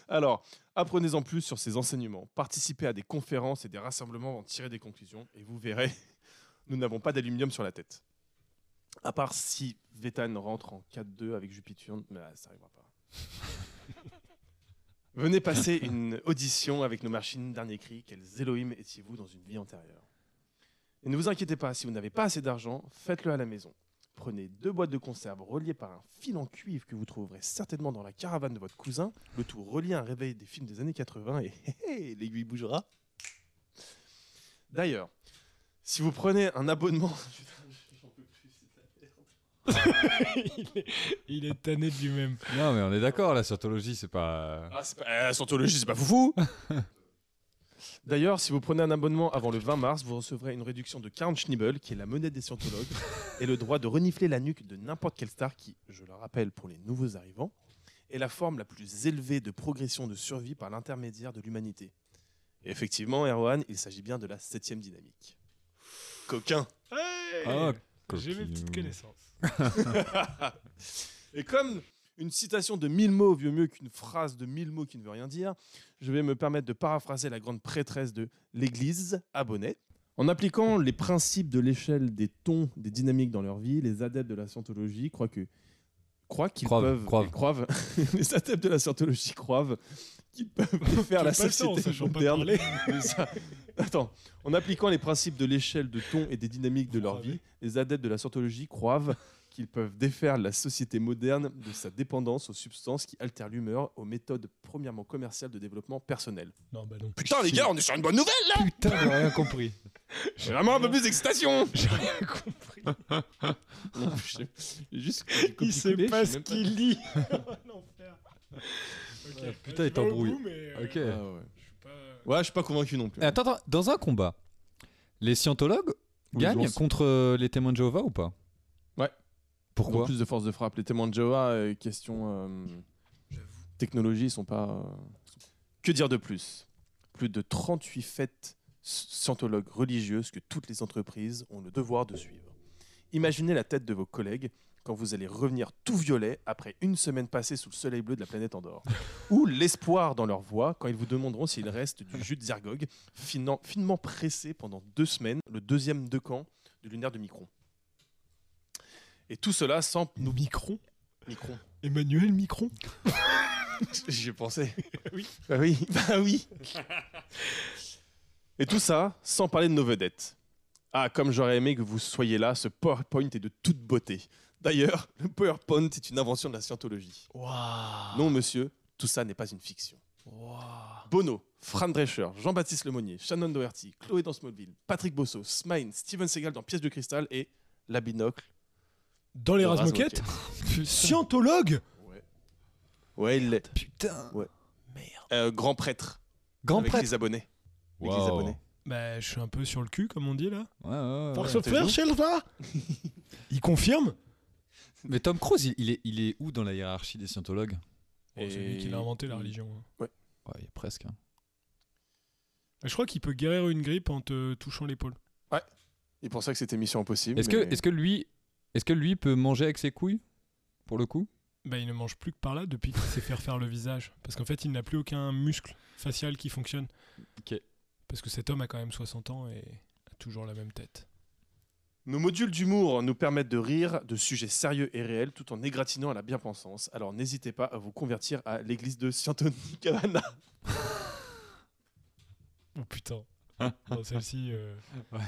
D: Alors, apprenez-en plus sur ces enseignements, participez à des conférences et des rassemblements, en tirer des conclusions, et vous verrez, nous n'avons pas d'aluminium sur la tête. À part si Vétan rentre en 4-2 avec Jupiter, mais ah, ça n'arrivera pas. Venez passer une audition avec nos machines dernier cri, quels Elohim étiez-vous dans une vie antérieure Et ne vous inquiétez pas, si vous n'avez pas assez d'argent, faites-le à la maison. Prenez deux boîtes de conserve reliées par un fil en cuivre que vous trouverez certainement dans la caravane de votre cousin, le tout relié à un réveil des films des années 80 et hé, hé, l'aiguille bougera. D'ailleurs, si vous prenez un abonnement... Putain, j'en peux plus, c'est de la merde.
C: il, est, il est tanné de lui-même.
A: Non, mais on est d'accord, la scientologie, c'est pas.
D: Ah, c'est pas- euh, la scientologie, c'est pas foufou D'ailleurs, si vous prenez un abonnement avant le 20 mars, vous recevrez une réduction de 40 Schniebel, qui est la monnaie des scientologues, et le droit de renifler la nuque de n'importe quelle star qui, je le rappelle pour les nouveaux arrivants, est la forme la plus élevée de progression de survie par l'intermédiaire de l'humanité. Et effectivement, Erwan, il s'agit bien de la septième dynamique. Coquin
C: Hey
A: Ah,
C: J'ai mes
A: coquillou.
C: petites connaissances.
D: Et comme une citation de mille mots vaut mieux qu'une phrase de mille mots qui ne veut rien dire, je vais me permettre de paraphraser la grande prêtresse de l'Église, Abonnet. En appliquant les principes de l'échelle des tons, des dynamiques dans leur vie, les adeptes de la scientologie croient que croient qu'ils
A: Croivent,
D: peuvent
A: croivent.
D: croivent- les adeptes de la scientologie croivent qu'ils peuvent faire la
C: J'ai pas le temps, en
D: société
C: sachant pas
D: moderne
C: parler.
D: mais ça- Attends, en appliquant les principes de l'échelle de ton et des dynamiques de leur vie, les adeptes de la scientologie croivent qu'ils peuvent défaire la société moderne de sa dépendance aux substances qui altèrent l'humeur, aux méthodes premièrement commerciales de déveppement personnel.
C: Non, bah non.
F: Putain les gars, on est sur une bonne nouvelle là
A: Putain, j'ai rien compris.
D: J'ai vraiment un peu plus d'excitation
C: J'ai rien compris.
D: Non, j'ai- j'ai juste
C: Il sait
D: copié-collé,
C: pas
D: je sais
C: ce
D: même
C: qu'il lit. L'enfer.
A: Ah, putain, il t'embrouille. Ok.
D: pas. Ah ouais.
C: euh, Je suis pas. euh,
F: Ouais, je suis pas convaincu non plus.
A: Euh, Attends, attends, dans un combat, les scientologues
D: Ou les
A: gagnent
D: ours.
A: contre euh, les témoins de Jéhovah ou pas
D: Ouais. En
A: Pourquoi
D: plus de force de frappe, les témoins de Jéhovah, euh, question euh, technologie, ils sont pas. euh, sont- Que dire de plus Plus de 38 fêtes s- scientologues religieuses que toutes les entreprises ont le devoir de suivre. Imaginez la tête de vos collègues quand vous allez revenir tout violet après une semaine passée sous le soleil bleu de la planète Andorre. Ou l'espoir dans leur voix quand ils vous demanderont s'il reste du jus de Zergog, finement, finement pressé pendant deux semaines, le deuxième de camp de lunaire de Micron. Et tout cela sans nous
C: Micron
D: Micron.
C: Emmanuel Micron
F: J'y ai pensé.
D: Bah oui, bah oui. Et tout ça sans parler de nos vedettes. Ah, comme j'aurais aimé que vous soyez là, ce PowerPoint est de toute beauté. D'ailleurs, le PowerPoint est une invention de la scientologie.
C: Waouh
F: Ah.
D: Non, monsieur, tout ça n'est pas une fiction. Bono, Fran Drescher, Jean-Baptiste Lemonnier, Shannon Doherty, Chloé dans Smallville, Patrick Bosso, Smine, Steven Seagal dans Pièce de Cristal et La Binocle.
C: Dans les
D: de
C: rases
D: Raz
C: moquettes Scientologue
D: Ouais, ouais il l'est.
A: Putain.
D: Euh, grand prêtre.
A: Grand
D: avec
A: prêtre.
D: les abonnés. Avec les
A: Wow.
D: abonnés.
C: Bah, je suis un peu sur le cul, comme on dit là.
A: Ouais, ouais, ouais.
C: Par se
D: t'as
C: faire,
D: vu
C: Sheldra Euh, Il confirme
A: Mais Tom Cruise, il, il est, il est où dans la hiérarchie des scientologues
C: Bon, Oh, C'est lui qui l'a inventé la religion. hein.
A: Ouais, il est presque. hein.
C: Bah, Je crois qu'il peut guérir une grippe en te touchant l'épaule.
D: Il pensait que c'était Mission Impossible.
A: Est-ce
D: mais-
A: que, est que lui, est-ce que lui peut manger avec ses couilles pour le coup
C: Bah, il ne mange plus que par là depuis qu'il s'est fait refaire le visage. Parce qu'en fait, il n'a plus aucun muscle facial qui fonctionne.
A: Ok.
C: Parce que cet homme a quand même 60 ans et a toujours la même tête.
D: Nos modules d'humour nous permettent de rire de sujets sérieux et réels tout en égratignant à la bien-pensance. Alors n'hésitez pas à vous convertir à l'église de Scientony Cavana.
C: Oh putain. Bon, Celle-ci. euh,
A: Ouais.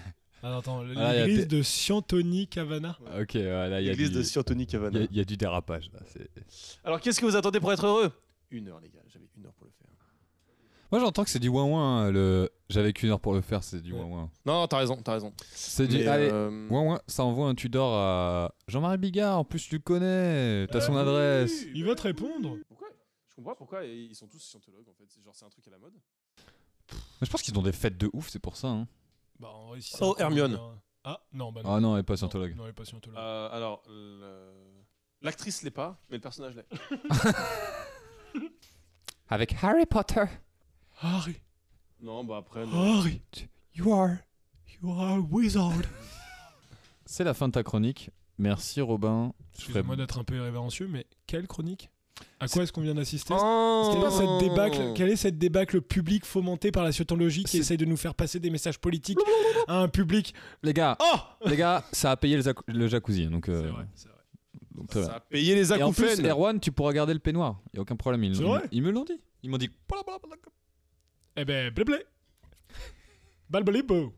C: Ah, non, attends,
A: Ah, là, il y a
C: l'église de Scientoni Cavana.
A: Ah, Ok, ouais, là, il y, a
D: L'église
A: du-
D: de Scientony
A: il
D: Cavana.
A: y a- il y a du dérapage. Là. c'est-
D: Alors qu'est-ce que vous attendez pour être heureux Une heure les gars, j'avais une heure pour le faire.
A: Moi, j'entends que c'est du ouin ouin. hein, Le... J'avais qu'une heure pour le faire, c'est du
C: Ouais.
A: ouin ouin.
D: Non, t'as raison, t'as raison.
A: C'est du.
D: Mais,
A: Allez,
D: euh,
C: Mm.
A: ouin ouin, ça envoie un Tudor à Jean-Marie Bigard. En plus, tu le connais. T'as
C: Ah
A: son adresse.
C: Il va te répondre.
D: Pourquoi Je comprends pas pourquoi ils sont tous scientologues en fait. C'est- Genre c'est un truc à la mode.
A: Je pense qu'ils ont des fêtes de ouf, c'est pour ça. hein.
C: Bah, en vrai, si
D: Oh,
C: ça-
D: Hermione.
C: Ah, non, bah non.
A: Ah non, elle est pas scientologue.
C: Non, il est pas scientologue.
D: Euh, alors le- l'actrice l'est pas, mais le personnage l'est.
A: Avec Harry Potter.
C: Harry,
D: Non, bah après. non.
C: Harry, you are, you are a wizard.
A: C'est la fin de ta chronique. Merci Robin. Je ferai-
C: Excusez-moi d'être un peu irrévérencieux, mais quelle chronique À quoi est-ce qu'on vient d'assister
D: Oh
C: C'était pas cette débâcle, quelle est cette débâcle publique fomentée par la scientologie qui
A: C'est-
C: essaye de nous faire passer des messages politiques à un public
A: Les gars,
C: Oh
A: les gars, ça a payé le, zac- le jacuzzi. Donc, euh,
C: c'est vrai.
A: donc ça va.
D: Ça a payé les
A: Et en plus,
D: acouphènes.
A: Erwan, tu pourras garder le peignoir. Y a aucun problème. Ils,
C: C'est
A: ils-
C: vrai
A: ils me l'ont dit. Ils m'ont dit.
C: Eh ben, blablé Balbalibo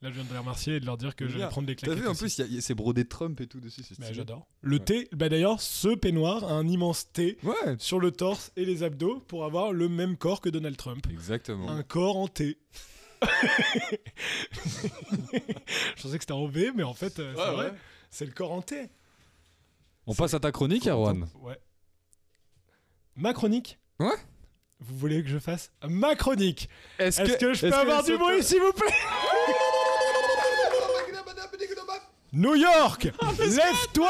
C: Là, je viens de les remercier et de leur dire que je vais
A: Bien.
C: prendre des claquettes. aussi.
A: c'est brodé Trump et tout dessus.
C: Bah, J'adore. Le thé, bah d'ailleurs, ce peignoir a un immense thé
A: Ouais.
C: sur le torse et les abdos pour avoir le même corps que Donald Trump.
A: Exactement.
C: Un corps en T. Je pensais que c'était en V, mais en fait, euh, c'est
D: Ouais,
C: vrai.
D: ouais.
C: C'est le corps en T.
A: On passe à ta chronique, Erwan.
C: Ouais. Ma chronique
A: Ouais.
C: Vous voulez que je fasse ma chronique
A: Est-ce
C: Est-ce que, je peux avoir du bruit, s'il vous plaît New York Lève-toi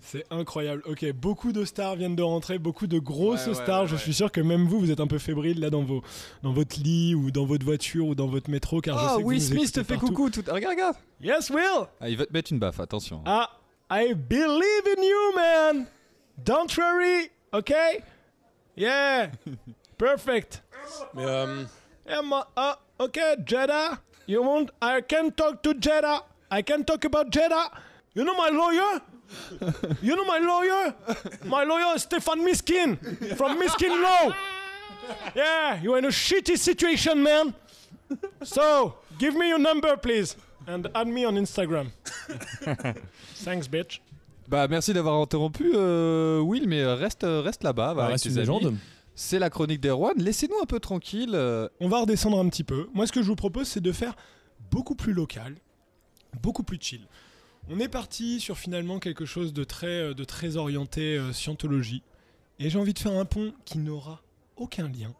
C: C'est incroyable. Ok, beaucoup de stars viennent de rentrer, beaucoup de grosses
D: Ouais, ouais,
C: stars.
D: ouais,
C: je
D: ouais.
C: suis sûr que même vous, vous êtes un peu fébrile là dans, vos, dans votre lit ou dans votre voiture ou dans votre métro. Car je sais
A: Oh,
C: que
A: Will
C: vous nous
A: Smith te
C: écoutez
A: fait
C: partout.
A: coucou. Tout... Regarde, regarde.
C: Yes, Will
A: Ah, il va te mettre une baffe, attention.
C: Ah, I believe in you, man. Don't worry, okay? Yeah, perfect.
D: Mais euh,
C: Emma, uh, okay, Jeddah. You want? I can talk to Jeddah. I can talk about Jeddah. You know my lawyer. You know my lawyer. My lawyer is Stefan Miskin from Miskin Law. Yeah, you're in a shitty situation, man. So give me your number, please, and add me on Instagram. Thanks, bitch.
A: Bah, merci d'avoir interrompu, euh, Will, mais euh, reste, euh, reste là-bas.
C: Ah,
A: va avec tes amis. C'est la chronique d'Erwan. Laissez-nous un peu tranquille. euh,
C: On va redescendre un petit peu. Moi, ce que je vous propose, c'est de faire beaucoup plus local, beaucoup plus chill. On est parti sur finalement quelque chose de très, euh, de très orienté euh, scientologie. Et j'ai envie de faire un pont qui n'aura aucun lien.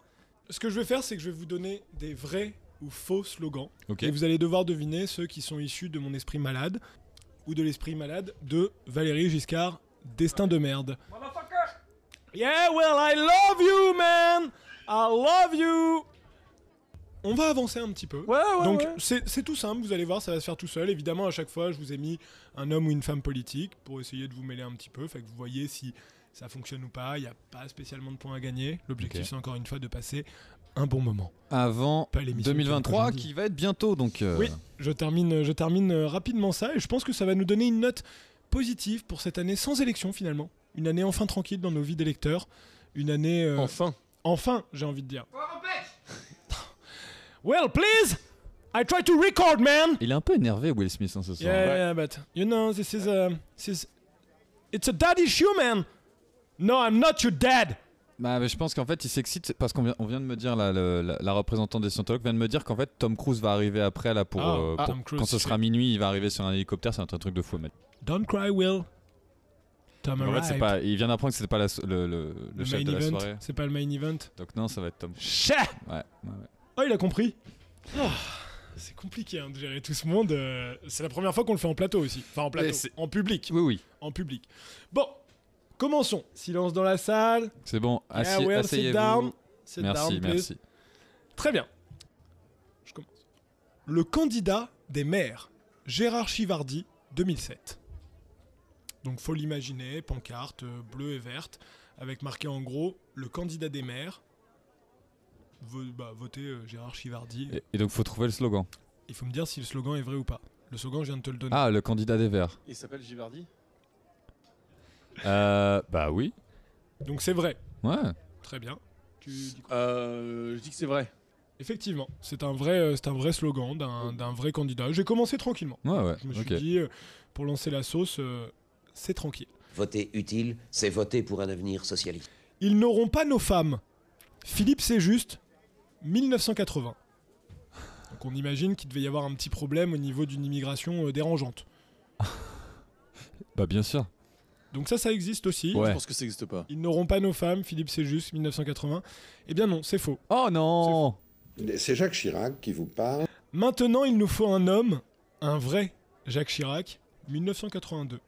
C: Ce que je vais faire, c'est que je vais vous donner des vrais ou faux slogans.
A: Ok.
C: Et vous allez devoir deviner ceux qui sont issus de mon esprit malade ou de l'esprit malade de Valérie Giscard, destin de merde. Yeah, well, I love you, man! I love you! On va avancer un petit peu. Donc c'est c'est tout simple, vous allez voir, ça va se faire tout seul. Évidemment, à chaque fois, je vous ai mis un homme ou une femme politique pour essayer de vous mêler un petit peu, fait que vous voyez si ça fonctionne ou pas. Il n'y a pas spécialement de points à gagner. L'objectif,
A: Ok.
C: c'est encore une fois de passer un bon moment.
A: Avant
C: Pas l'émission
A: 2023,
C: que j'ai dit.
A: qui va être bientôt. Donc, euh,
C: Oui, je termine, je termine euh, rapidement ça et je pense que ça va nous donner une note positive pour cette année sans élection finalement. Une année enfin tranquille dans nos vies d'électeurs. Une année euh,
D: enfin.
C: Enfin, j'ai envie de dire. well, please! I try to record, man!
A: il est un peu énervé, Will Smith, hein, ce soir.
C: Yeah, yeah, but you know, this is a. This is, it's a dad issue, man! No, I'm not your dad!
A: Bah, mais je pense qu'en fait, il s'excite parce qu'on vient, on vient de me dire, là, le- la, la représentante des scientologues vient de me dire qu'en fait, Tom Cruise va arriver après, là, pour,
C: Ah,
A: euh,
C: ah,
A: pour-
C: Tom Cruise,
A: quand ce
C: c'est-
A: sera minuit, il va arriver sur un hélicoptère, c'est un truc de fou, mec.
C: Don't cry, Will. Tom
A: En fait, c'est
C: arrived.
A: pas, il vient d'apprendre que c'était pas la so- le, le- le
C: le
A: chef de
C: main
A: la
C: event.
A: soirée.
C: C'est pas le main event.
A: Donc, non, ça va être Tom. Ouais, ouais, ouais.
C: Oh, il a compris. Ah, c'est compliqué hein, de gérer tout ce monde. euh, c'est la première fois qu'on le fait en plateau aussi. Enfin, en
A: Mais
C: plateau.
A: c'est-
C: En public.
A: Oui, oui.
C: En public. Bon, commençons. Silence dans la salle.
A: C'est bon,
C: Yeah,
A: assi-
C: Will, sit
A: Ah,
C: down.
A: asseyez-vous.
C: Sit
A: Merci,
C: down, please.
A: merci.
C: Très bien. Je commence. Le candidat des maires, Gérard Chivardi, 2007. Donc faut l'imaginer, pancarte euh, bleue et verte, avec marqué en gros le candidat des maires. Vo- bah, votez euh, Gérard Chivardi.
A: Et, et donc, faut trouver le slogan.
C: Il faut me dire si le slogan est vrai ou pas. Le slogan, je viens de te le donner.
A: Ah, le candidat des Verts.
D: Il s'appelle Givardi
A: Euh, bah oui.
C: Donc c'est vrai.
A: Ouais.
C: Très bien. Tu dis quoi
D: euh, Je dis que c'est vrai.
C: Effectivement, c'est un vrai, euh, c'est un vrai slogan d'un d'un vrai candidat. J'ai commencé tranquillement.
A: Ouais, ouais.
C: Je me suis
A: Ok.
C: dit, euh, pour lancer la sauce, euh, c'est tranquille.
G: Voter utile, c'est voter pour un avenir socialiste.
C: Ils n'auront pas nos femmes. Philippe c'est juste 1980. Donc on imagine qu'il devait y avoir un petit problème au niveau d'une immigration euh, dérangeante.
A: Bah, bien sûr.
C: Donc ça ça existe aussi.
A: Ouais.
D: Je pense que ça n'existe pas.
C: Ils n'auront pas nos femmes, Philippe c'est juste 1980. Eh bien non, c'est faux.
A: Oh non
H: C'est Jacques Chirac qui vous parle.
C: Maintenant, il nous faut un homme, un vrai Jacques Chirac, 1982.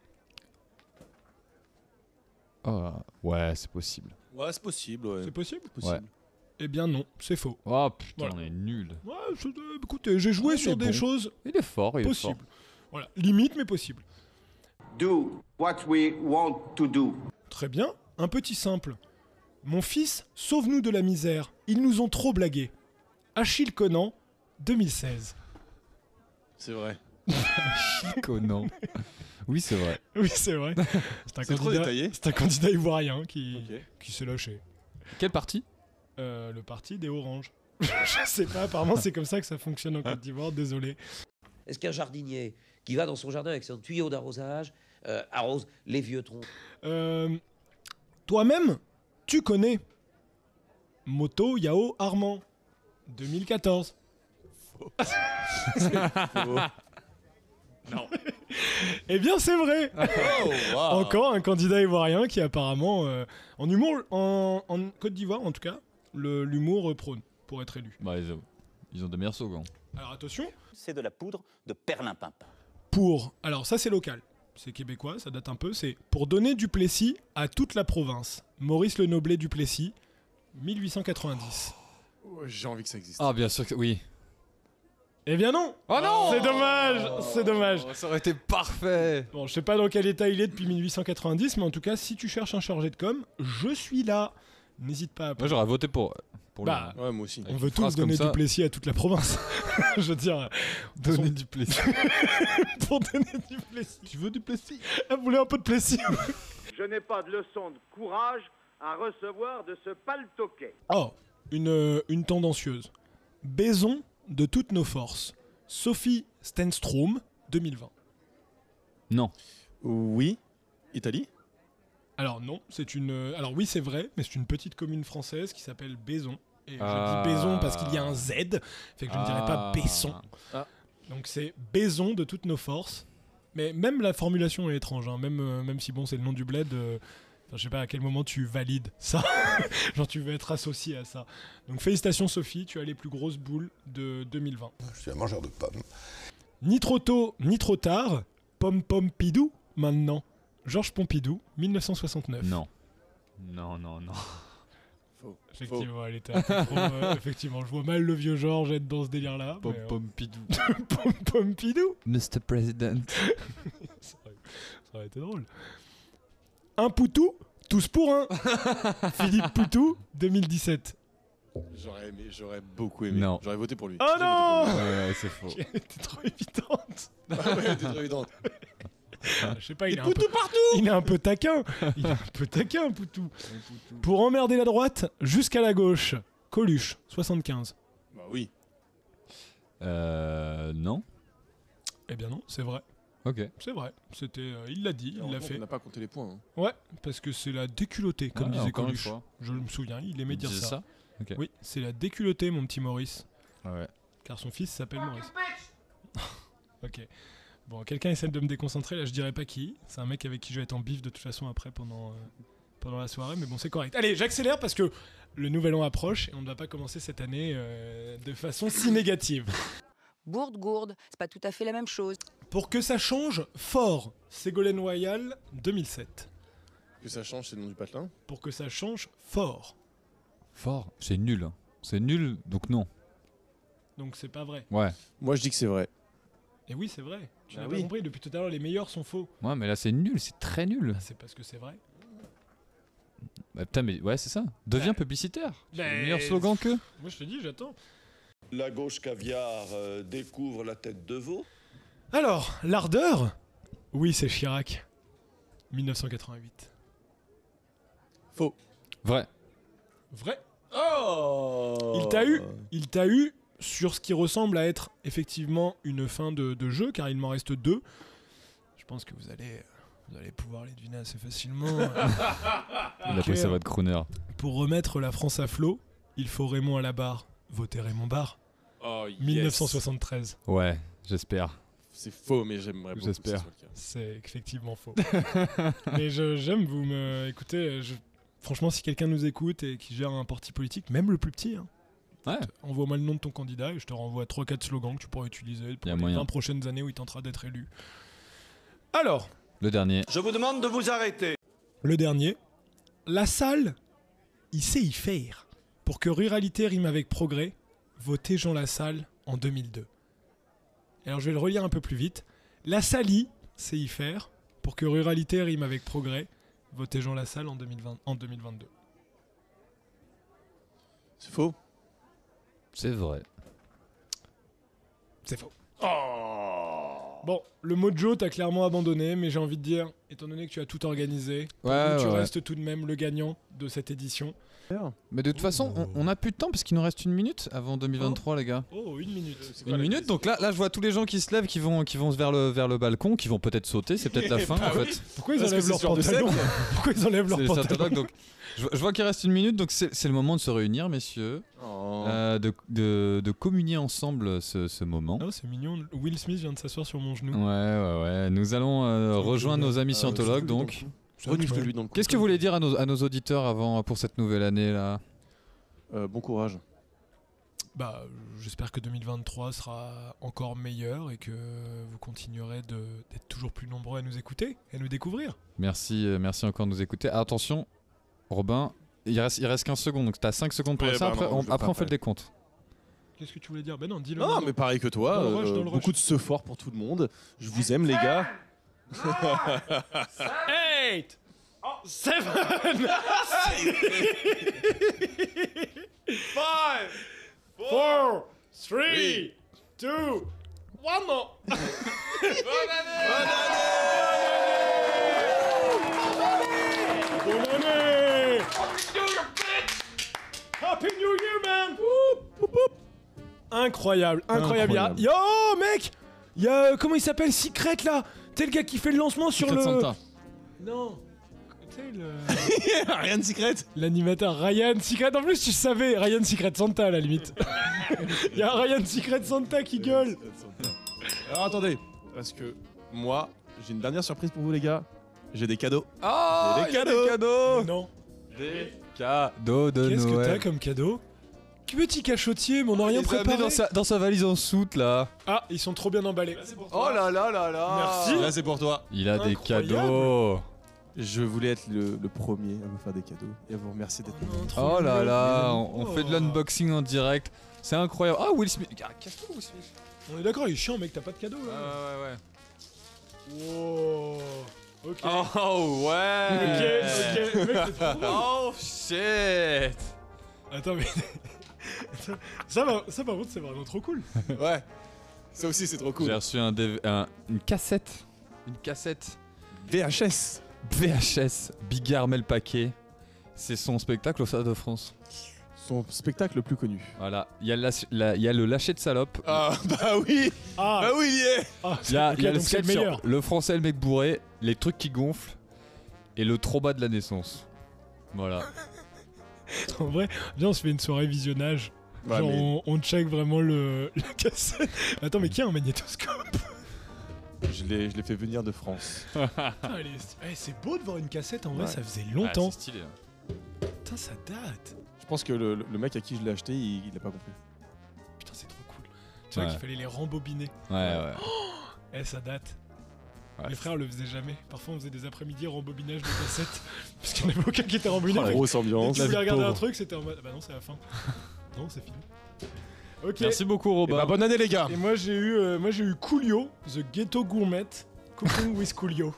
A: Oh, Ouais, c'est possible.
D: Ouais, c'est possible, ouais.
C: C'est possible
A: Ouais.
D: possible.
C: Eh bien non, c'est faux.
A: Oh putain,
C: Voilà.
A: on est nul.
C: Ouais, c'est- euh, écoutez, j'ai joué
A: Ah,
C: sur
A: mais
C: des
A: bon.
C: choses
A: Il est fort, il est
C: possibles. Voilà, limite mais possible.
I: do what we want to do.
C: Très bien, un petit simple. Mon fils, sauve-nous de la misère, ils nous ont trop blagué. Achille Conan, 2016.
D: C'est vrai.
A: fort. Conan. oui, c'est vrai.
C: Oui, c'est vrai. C'est un,
D: C'est trop
C: candidat-
D: détaillé.
C: c'est un candidat ivoirien qui,
D: Ok.
C: qui s'est lâché.
A: Quelle partie
C: Euh, le parti des Oranges. Je sais pas, apparemment c'est comme ça que ça fonctionne en Côte d'Ivoire, désolé.
G: Est-ce qu'un jardinier qui va dans son jardin avec son tuyau d'arrosage euh, arrose les vieux troncs
C: Euh, Toi-même, tu connais Moto Yao Armand, 2014. non. eh bien, c'est vrai. Encore un candidat ivoirien qui apparemment, euh, en humour, en, en Côte d'Ivoire en tout cas, le- l'humour euh, prône pour être élu.
A: Bah, ils ont, ils ont des meilleurs slogans.
C: Alors attention,
I: C'est de la poudre de perlimpinpin.
C: pour. Alors ça c'est local, c'est québécois, ça date un peu. C'est pour donner du Plessis à toute la province. Maurice le Noblet du Plessis, 1890.
D: Ouais, J'ai envie que ça existe.
A: Ah, bien sûr que oui.
C: Eh bien non.
A: Oh non
C: C'est dommage, c'est dommage.
A: Ça aurait été parfait
C: Bon, je sais pas dans quel état il est depuis 1890, mais en tout cas, si tu cherches un chargé de com, je suis là. N'hésite pas. à
A: Moi, j'aurais voté pour. pour le-
C: Bah,
D: Ouais, moi aussi.
C: on veut
A: une
C: tous
A: phrase comme
C: donner
A: ça.
C: du Plessis à toute la province. je veux dire,
A: Donner du plaisir.
C: pour donner du Plessis. Tu veux du Plessis Ah, vous voulez un peu de Plessis
I: Je n'ai pas de leçon de courage à recevoir de ce paltoquet.
C: Oh, une, euh, une tendancieuse. Baison de toutes nos forces. Sophie Stenstrom, 2020.
A: Non.
D: Oui. Italie
C: Alors non, c'est une. euh, Alors oui, c'est vrai, mais c'est une petite commune française qui s'appelle Baison. Et
A: Ah.
C: je dis Baison parce qu'il y a un Z, fait que je ne dirais
A: Ah.
C: pas Besson.
D: Ah.
C: Donc c'est Baison de toutes nos forces. Mais même la formulation est étrange, hein, même, euh, même si bon, c'est le nom du bled. euh, enfin, je sais pas à quel moment tu valides ça. Genre tu veux être associé à ça. Donc félicitations Sophie, tu as les plus grosses boules de 2020.
H: Je suis un mangeur de pommes.
C: Ni trop tôt, ni trop tard. Pom pom pidou, maintenant. Georges Pompidou, 1969.
A: Non. Non, non, non.
C: Effectivement, elle était un peu trop, euh, Effectivement, je vois mal le vieux Georges être dans ce délire-là. mais, euh,
A: Pompidou.
C: pom pom pidou.
A: Mr. President.
C: Ça aurait- ça aurait été drôle. Un Poutou, tous pour un. Philippe Poutou, 2017.
D: J'aurais aimé, j'aurais beaucoup aimé.
A: Non.
D: J'aurais voté pour lui.
C: Oh
D: J'aurais
C: non
D: voté
A: Ouais, ouais, c'est faux.
C: Elle était trop évidente.
D: pour lui. Ah ouais, t'es trop évidente.
C: Je sais pas, il est, un peu, il est un peu taquin. Il est un peu taquin, Poutou. Pour emmerder la droite jusqu'à la gauche. Coluche, 75.
D: Bah oui.
A: Euh. Non.
C: Eh bien non, c'est vrai.
A: Ok.
C: C'est vrai, c'était, euh, il l'a dit,
A: Oh,
C: il l'a fait.
F: On n'a pas compté les points. hein.
C: Ouais, parce que c'est la déculottée, comme
A: Ah,
C: disait
A: encore une
C: Coluche.
A: fois.
C: Je me souviens, il aimait
A: Il
C: dire
A: disait
C: ça.
A: ça Ok.
C: Oui, c'est la déculottée, mon petit Maurice,
A: Ouais.
C: car son fils s'appelle Maurice. ok. Bon, quelqu'un essaie de me déconcentrer, là je dirais pas qui. C'est un mec avec qui je vais être en bif de toute façon après pendant, euh, pendant la soirée, mais bon, c'est correct. Allez, j'accélère parce que le nouvel an approche et on ne va pas commencer cette année euh, de façon si négative.
J: Bourde, gourde, c'est pas tout à fait la même chose.
C: Pour que ça change, fort, Ségolène Royal 2007.
F: Que ça change, c'est le nom du patelin.
C: Pour que ça change, fort.
A: Fort, c'est nul. hein. C'est nul, donc non.
C: Donc c'est pas vrai.
A: Ouais.
D: Moi, je dis que c'est vrai.
C: Et oui, c'est vrai. Tu
D: Bah
C: n'as pas
D: oui.
C: compris, depuis tout à l'heure, les meilleurs sont faux.
A: Ouais, mais là c'est nul, c'est très nul.
C: Ah, c'est parce que c'est vrai.
A: Bah, putain, mais ouais, c'est ça. Deviens publicitaire. C'est
C: Mais-
A: le meilleur slogan que.
C: Moi, je te dis, j'attends.
H: La gauche caviar euh, découvre la tête de veau.
C: Alors, l'ardeur Oui, c'est Chirac. 1988.
A: Vrai.
C: Vrai
F: Oh
C: Il t'a eu Il t'a eu sur ce qui ressemble à être effectivement une fin de, de jeu, car il m'en reste deux. Je pense que vous allez, euh, vous allez pouvoir les deviner assez facilement.
A: Il a pris sa voix de crooner.
C: Pour remettre la France à flot, il faut Raymond à la barre. Votez Raymond Barre.
F: Oh, yes.
C: 1973.
A: Ouais, j'espère.
F: C'est faux, mais j'aimerais beaucoup. que ce
A: J'espère.
F: soit le cas.
C: C'est effectivement faux. Mais je- j'aime vous me écoutez. je- franchement, si quelqu'un nous écoute et qui gère un parti politique, même le plus petit, hein,
A: Ouais.
C: envoie-moi le nom de ton candidat et je te renvoie 3-4 slogans que tu pourras utiliser
A: Y
C: pour
A: a
C: les
A: moyen.
C: 20 prochaines années où il tentera d'être élu. Alors,
A: Le dernier.
I: Je vous demande de vous arrêter.
C: le dernier. La salle, il sait y faire. Pour que ruralité rime avec progrès, votez Jean Lassalle en 2002. Alors je vais le relire un peu plus vite. La Sali, c'est y faire. Pour que ruralité rime avec progrès, votez Jean Lassalle en, 2020 en 2022.
F: C'est faux.
A: C'est vrai.
C: C'est faux. Bon, le mojo t'as clairement abandonné, mais j'ai envie de dire, étant donné que tu as tout organisé, pour
A: Ouais,
C: nous, tu
A: ouais, ouais.
C: restes tout de même le gagnant de cette édition.
A: Mais de toute façon, on, on a plus de temps parce qu'il nous reste une minute avant 2023, les gars.
C: Oh, une minute.
A: Une minute, donc là, là, je vois tous les gens qui se lèvent, qui vont, qui vont vers le, vers le balcon, qui vont peut-être sauter. C'est peut-être la fin,
C: Bah
A: en fait.
C: Pourquoi ils
F: Parce que
C: enlèvent
F: c'est
C: leurs
F: sur deux
C: pantalons
F: sets.
C: Pourquoi ils enlèvent
A: C'est
C: leurs
A: les
C: pantalons
A: Saint-Antoine, donc je, je vois qu'il reste une minute, donc c'est c'est le moment de se réunir, messieurs,
F: Oh.
A: euh, de, de, de communier ensemble ce, ce moment.
C: Ah, c'est mignon. Will Smith vient de s'asseoir sur mon
A: Ouais,
C: genou.
A: ouais, ouais. Nous allons euh, rejoindre
C: hein.
A: nos
C: Ah,
A: amis
F: Euh,
A: scientologues,
F: je te le
A: donc.
F: dis dans le cou. Je te le dis dans le cou.
A: Qu'est-ce que vous voulez dire à nos, à nos auditeurs avant pour cette nouvelle année là
F: Euh, Bon courage.
C: Bah, euh, j'espère que 2023 sera encore meilleur et que vous continuerez de- d'être toujours plus nombreux à nous écouter et à nous découvrir.
A: Merci, euh, merci encore de nous écouter. Ah, attention, Robin, il reste, il reste 15 secondes, donc t'as 5 secondes pour
F: Ouais,
A: ça.
F: bah
A: après,
F: non,
A: on,
F: je le
A: après, on
F: ferai
A: fait le décompte.
C: Qu'est-ce que tu voulais dire Ben non, dis-le.
F: Non,
C: maintenant.
F: mais pareil que toi,
C: Dans le rush,
F: euh,
C: dans le
F: beaucoup de ce fort pour tout le monde. Je vous aime les gars.
C: Eight Seven Five Four Three Two One Bonne année Bonne année Happy New Year, man Incroyable, incroyable.
F: Incroyable.
C: Il y a- Yo, mec Il y a, euh, comment il s'appelle, Secret, là T'es le gars qui fait le lancement sur le...
A: Secret Santa.
C: Non. Tu sais, le-
F: Ah Rien de secret.
C: L'animateur Ryan Secret. En plus, tu savais, Ryan Secret Santa à la limite. Il y a Ryan Secret Santa qui gueule.
F: Alors attendez, parce que moi, j'ai une dernière surprise pour vous les gars. J'ai des cadeaux.
A: Oh,
F: Des
A: il y a
F: cadeaux.
A: des cadeaux
C: Non.
F: Des cadeaux.
A: Cadeaux de
C: Qu'est-ce que t'as
A: Noël.
C: comme cadeau Que Petit cachotier, mais on n'a rien
A: Il les a amenés
C: préparé.
A: dans sa, dans sa valise en soute là.
C: Ah, ils sont trop bien emballés.
F: Oh là là là là.
C: Merci.
F: Là c'est pour toi.
A: Il a des
C: Incroyable.
A: cadeaux.
F: Je voulais être le, le premier à vous faire des cadeaux et à vous remercier d'être.
C: Non, trop
A: Oh là
C: mignon.
A: là, on, on fait de
C: Oh.
A: l'unboxing en direct. C'est incroyable. Ah, Will Smith. Ah, casse-toi, Will Smith.
C: On est d'accord, il est chiant, mec, t'as pas de cadeau
A: Ouais,
C: là.
A: ouais, ouais.
C: Wow. Ok.
A: Oh,
C: Ok,
A: ouais.
C: ok, mec, c'est trop drôle.
A: Oh, shit.
C: Attends, mais. ça, va, ça, par contre, c'est vraiment trop cool.
F: Ouais. Ça aussi c'est trop
A: J'ai reçu un DV un- une cassette. Une cassette.
F: VHS.
A: VHS, Bigard met le paquet. C'est son spectacle au Stade de France.
F: Son spectacle le plus connu.
A: Voilà, il y, a le lâche- la- il y a le lâcher de salope.
F: Ah bah oui
C: Ah,
F: Bah oui, il y est
C: ah,
A: Il y a,
C: ok,
A: il y a le
C: donc c'est
A: sketch
C: le
A: sur
C: meilleur.
A: le français, le mec bourré, les trucs qui gonflent et le trop bas de la naissance. Voilà.
C: En vrai, viens, on se fait une soirée visionnage.
A: Bah,
F: Ouais,
C: Genre,
F: mais-
C: on, on check vraiment le, la cassette. Attends, mais qui a un magnétoscope
F: Je l'ai, je l'ai fait venir de France.
C: Putain, elle est- eh, C'est beau de voir une cassette, en vrai,
F: Ouais.
C: ça faisait longtemps.
A: Ah, c'est stylé. hein.
C: Putain, ça date.
F: Je pense que le, le mec à qui je l'ai acheté, il, il a pas compris.
C: Putain, c'est trop cool. Tu vois
A: Ouais.
C: qu'il fallait les rembobiner.
A: Ouais, ouais.
C: Eh, ça date.
A: Ouais.
C: Mes frères le faisaient jamais. Parfois, on faisait des après-midi rembobinage de cassettes. parce qu'il n'y en avait aucun qui était rembobiné.
F: Oh,
C: Fait que
F: grosse
C: Dès
F: ambiance.
C: que tu voulais regarder un
A: pauvre.
C: truc, c'était en mode. Bah non, c'est la fin. Non, c'est fini. Ok.
A: Merci beaucoup,
F: Eh
A: Robin.
F: bah, bonne année les
A: Ah.
F: gars
C: Et moi j'ai eu, euh, moi j'ai eu Coolio, The Ghetto Gourmet, Cooking with Coolio.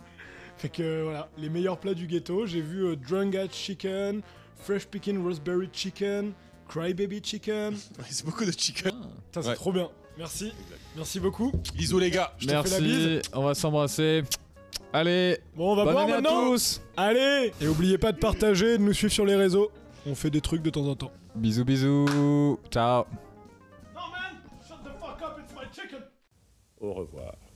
C: Fait que euh, voilà, les meilleurs plats du ghetto. J'ai vu euh, Drunga Chicken, Fresh Picking Raspberry Chicken, Crybaby Chicken. Ah.
F: C'est beaucoup de chicken.
C: Putain, c'est
F: Ouais.
C: trop bien. Merci, merci beaucoup.
F: Bisous les gars
C: te fais la
A: Merci, on va s'embrasser. Allez,
C: Bon, on va
A: bonne
C: boire
A: année à
C: maintenant.
A: tous.
C: Allez, et oubliez pas de partager, de nous suivre sur les réseaux. On fait des trucs de temps en temps.
A: Bisous, bisous. Ciao.
I: Au revoir.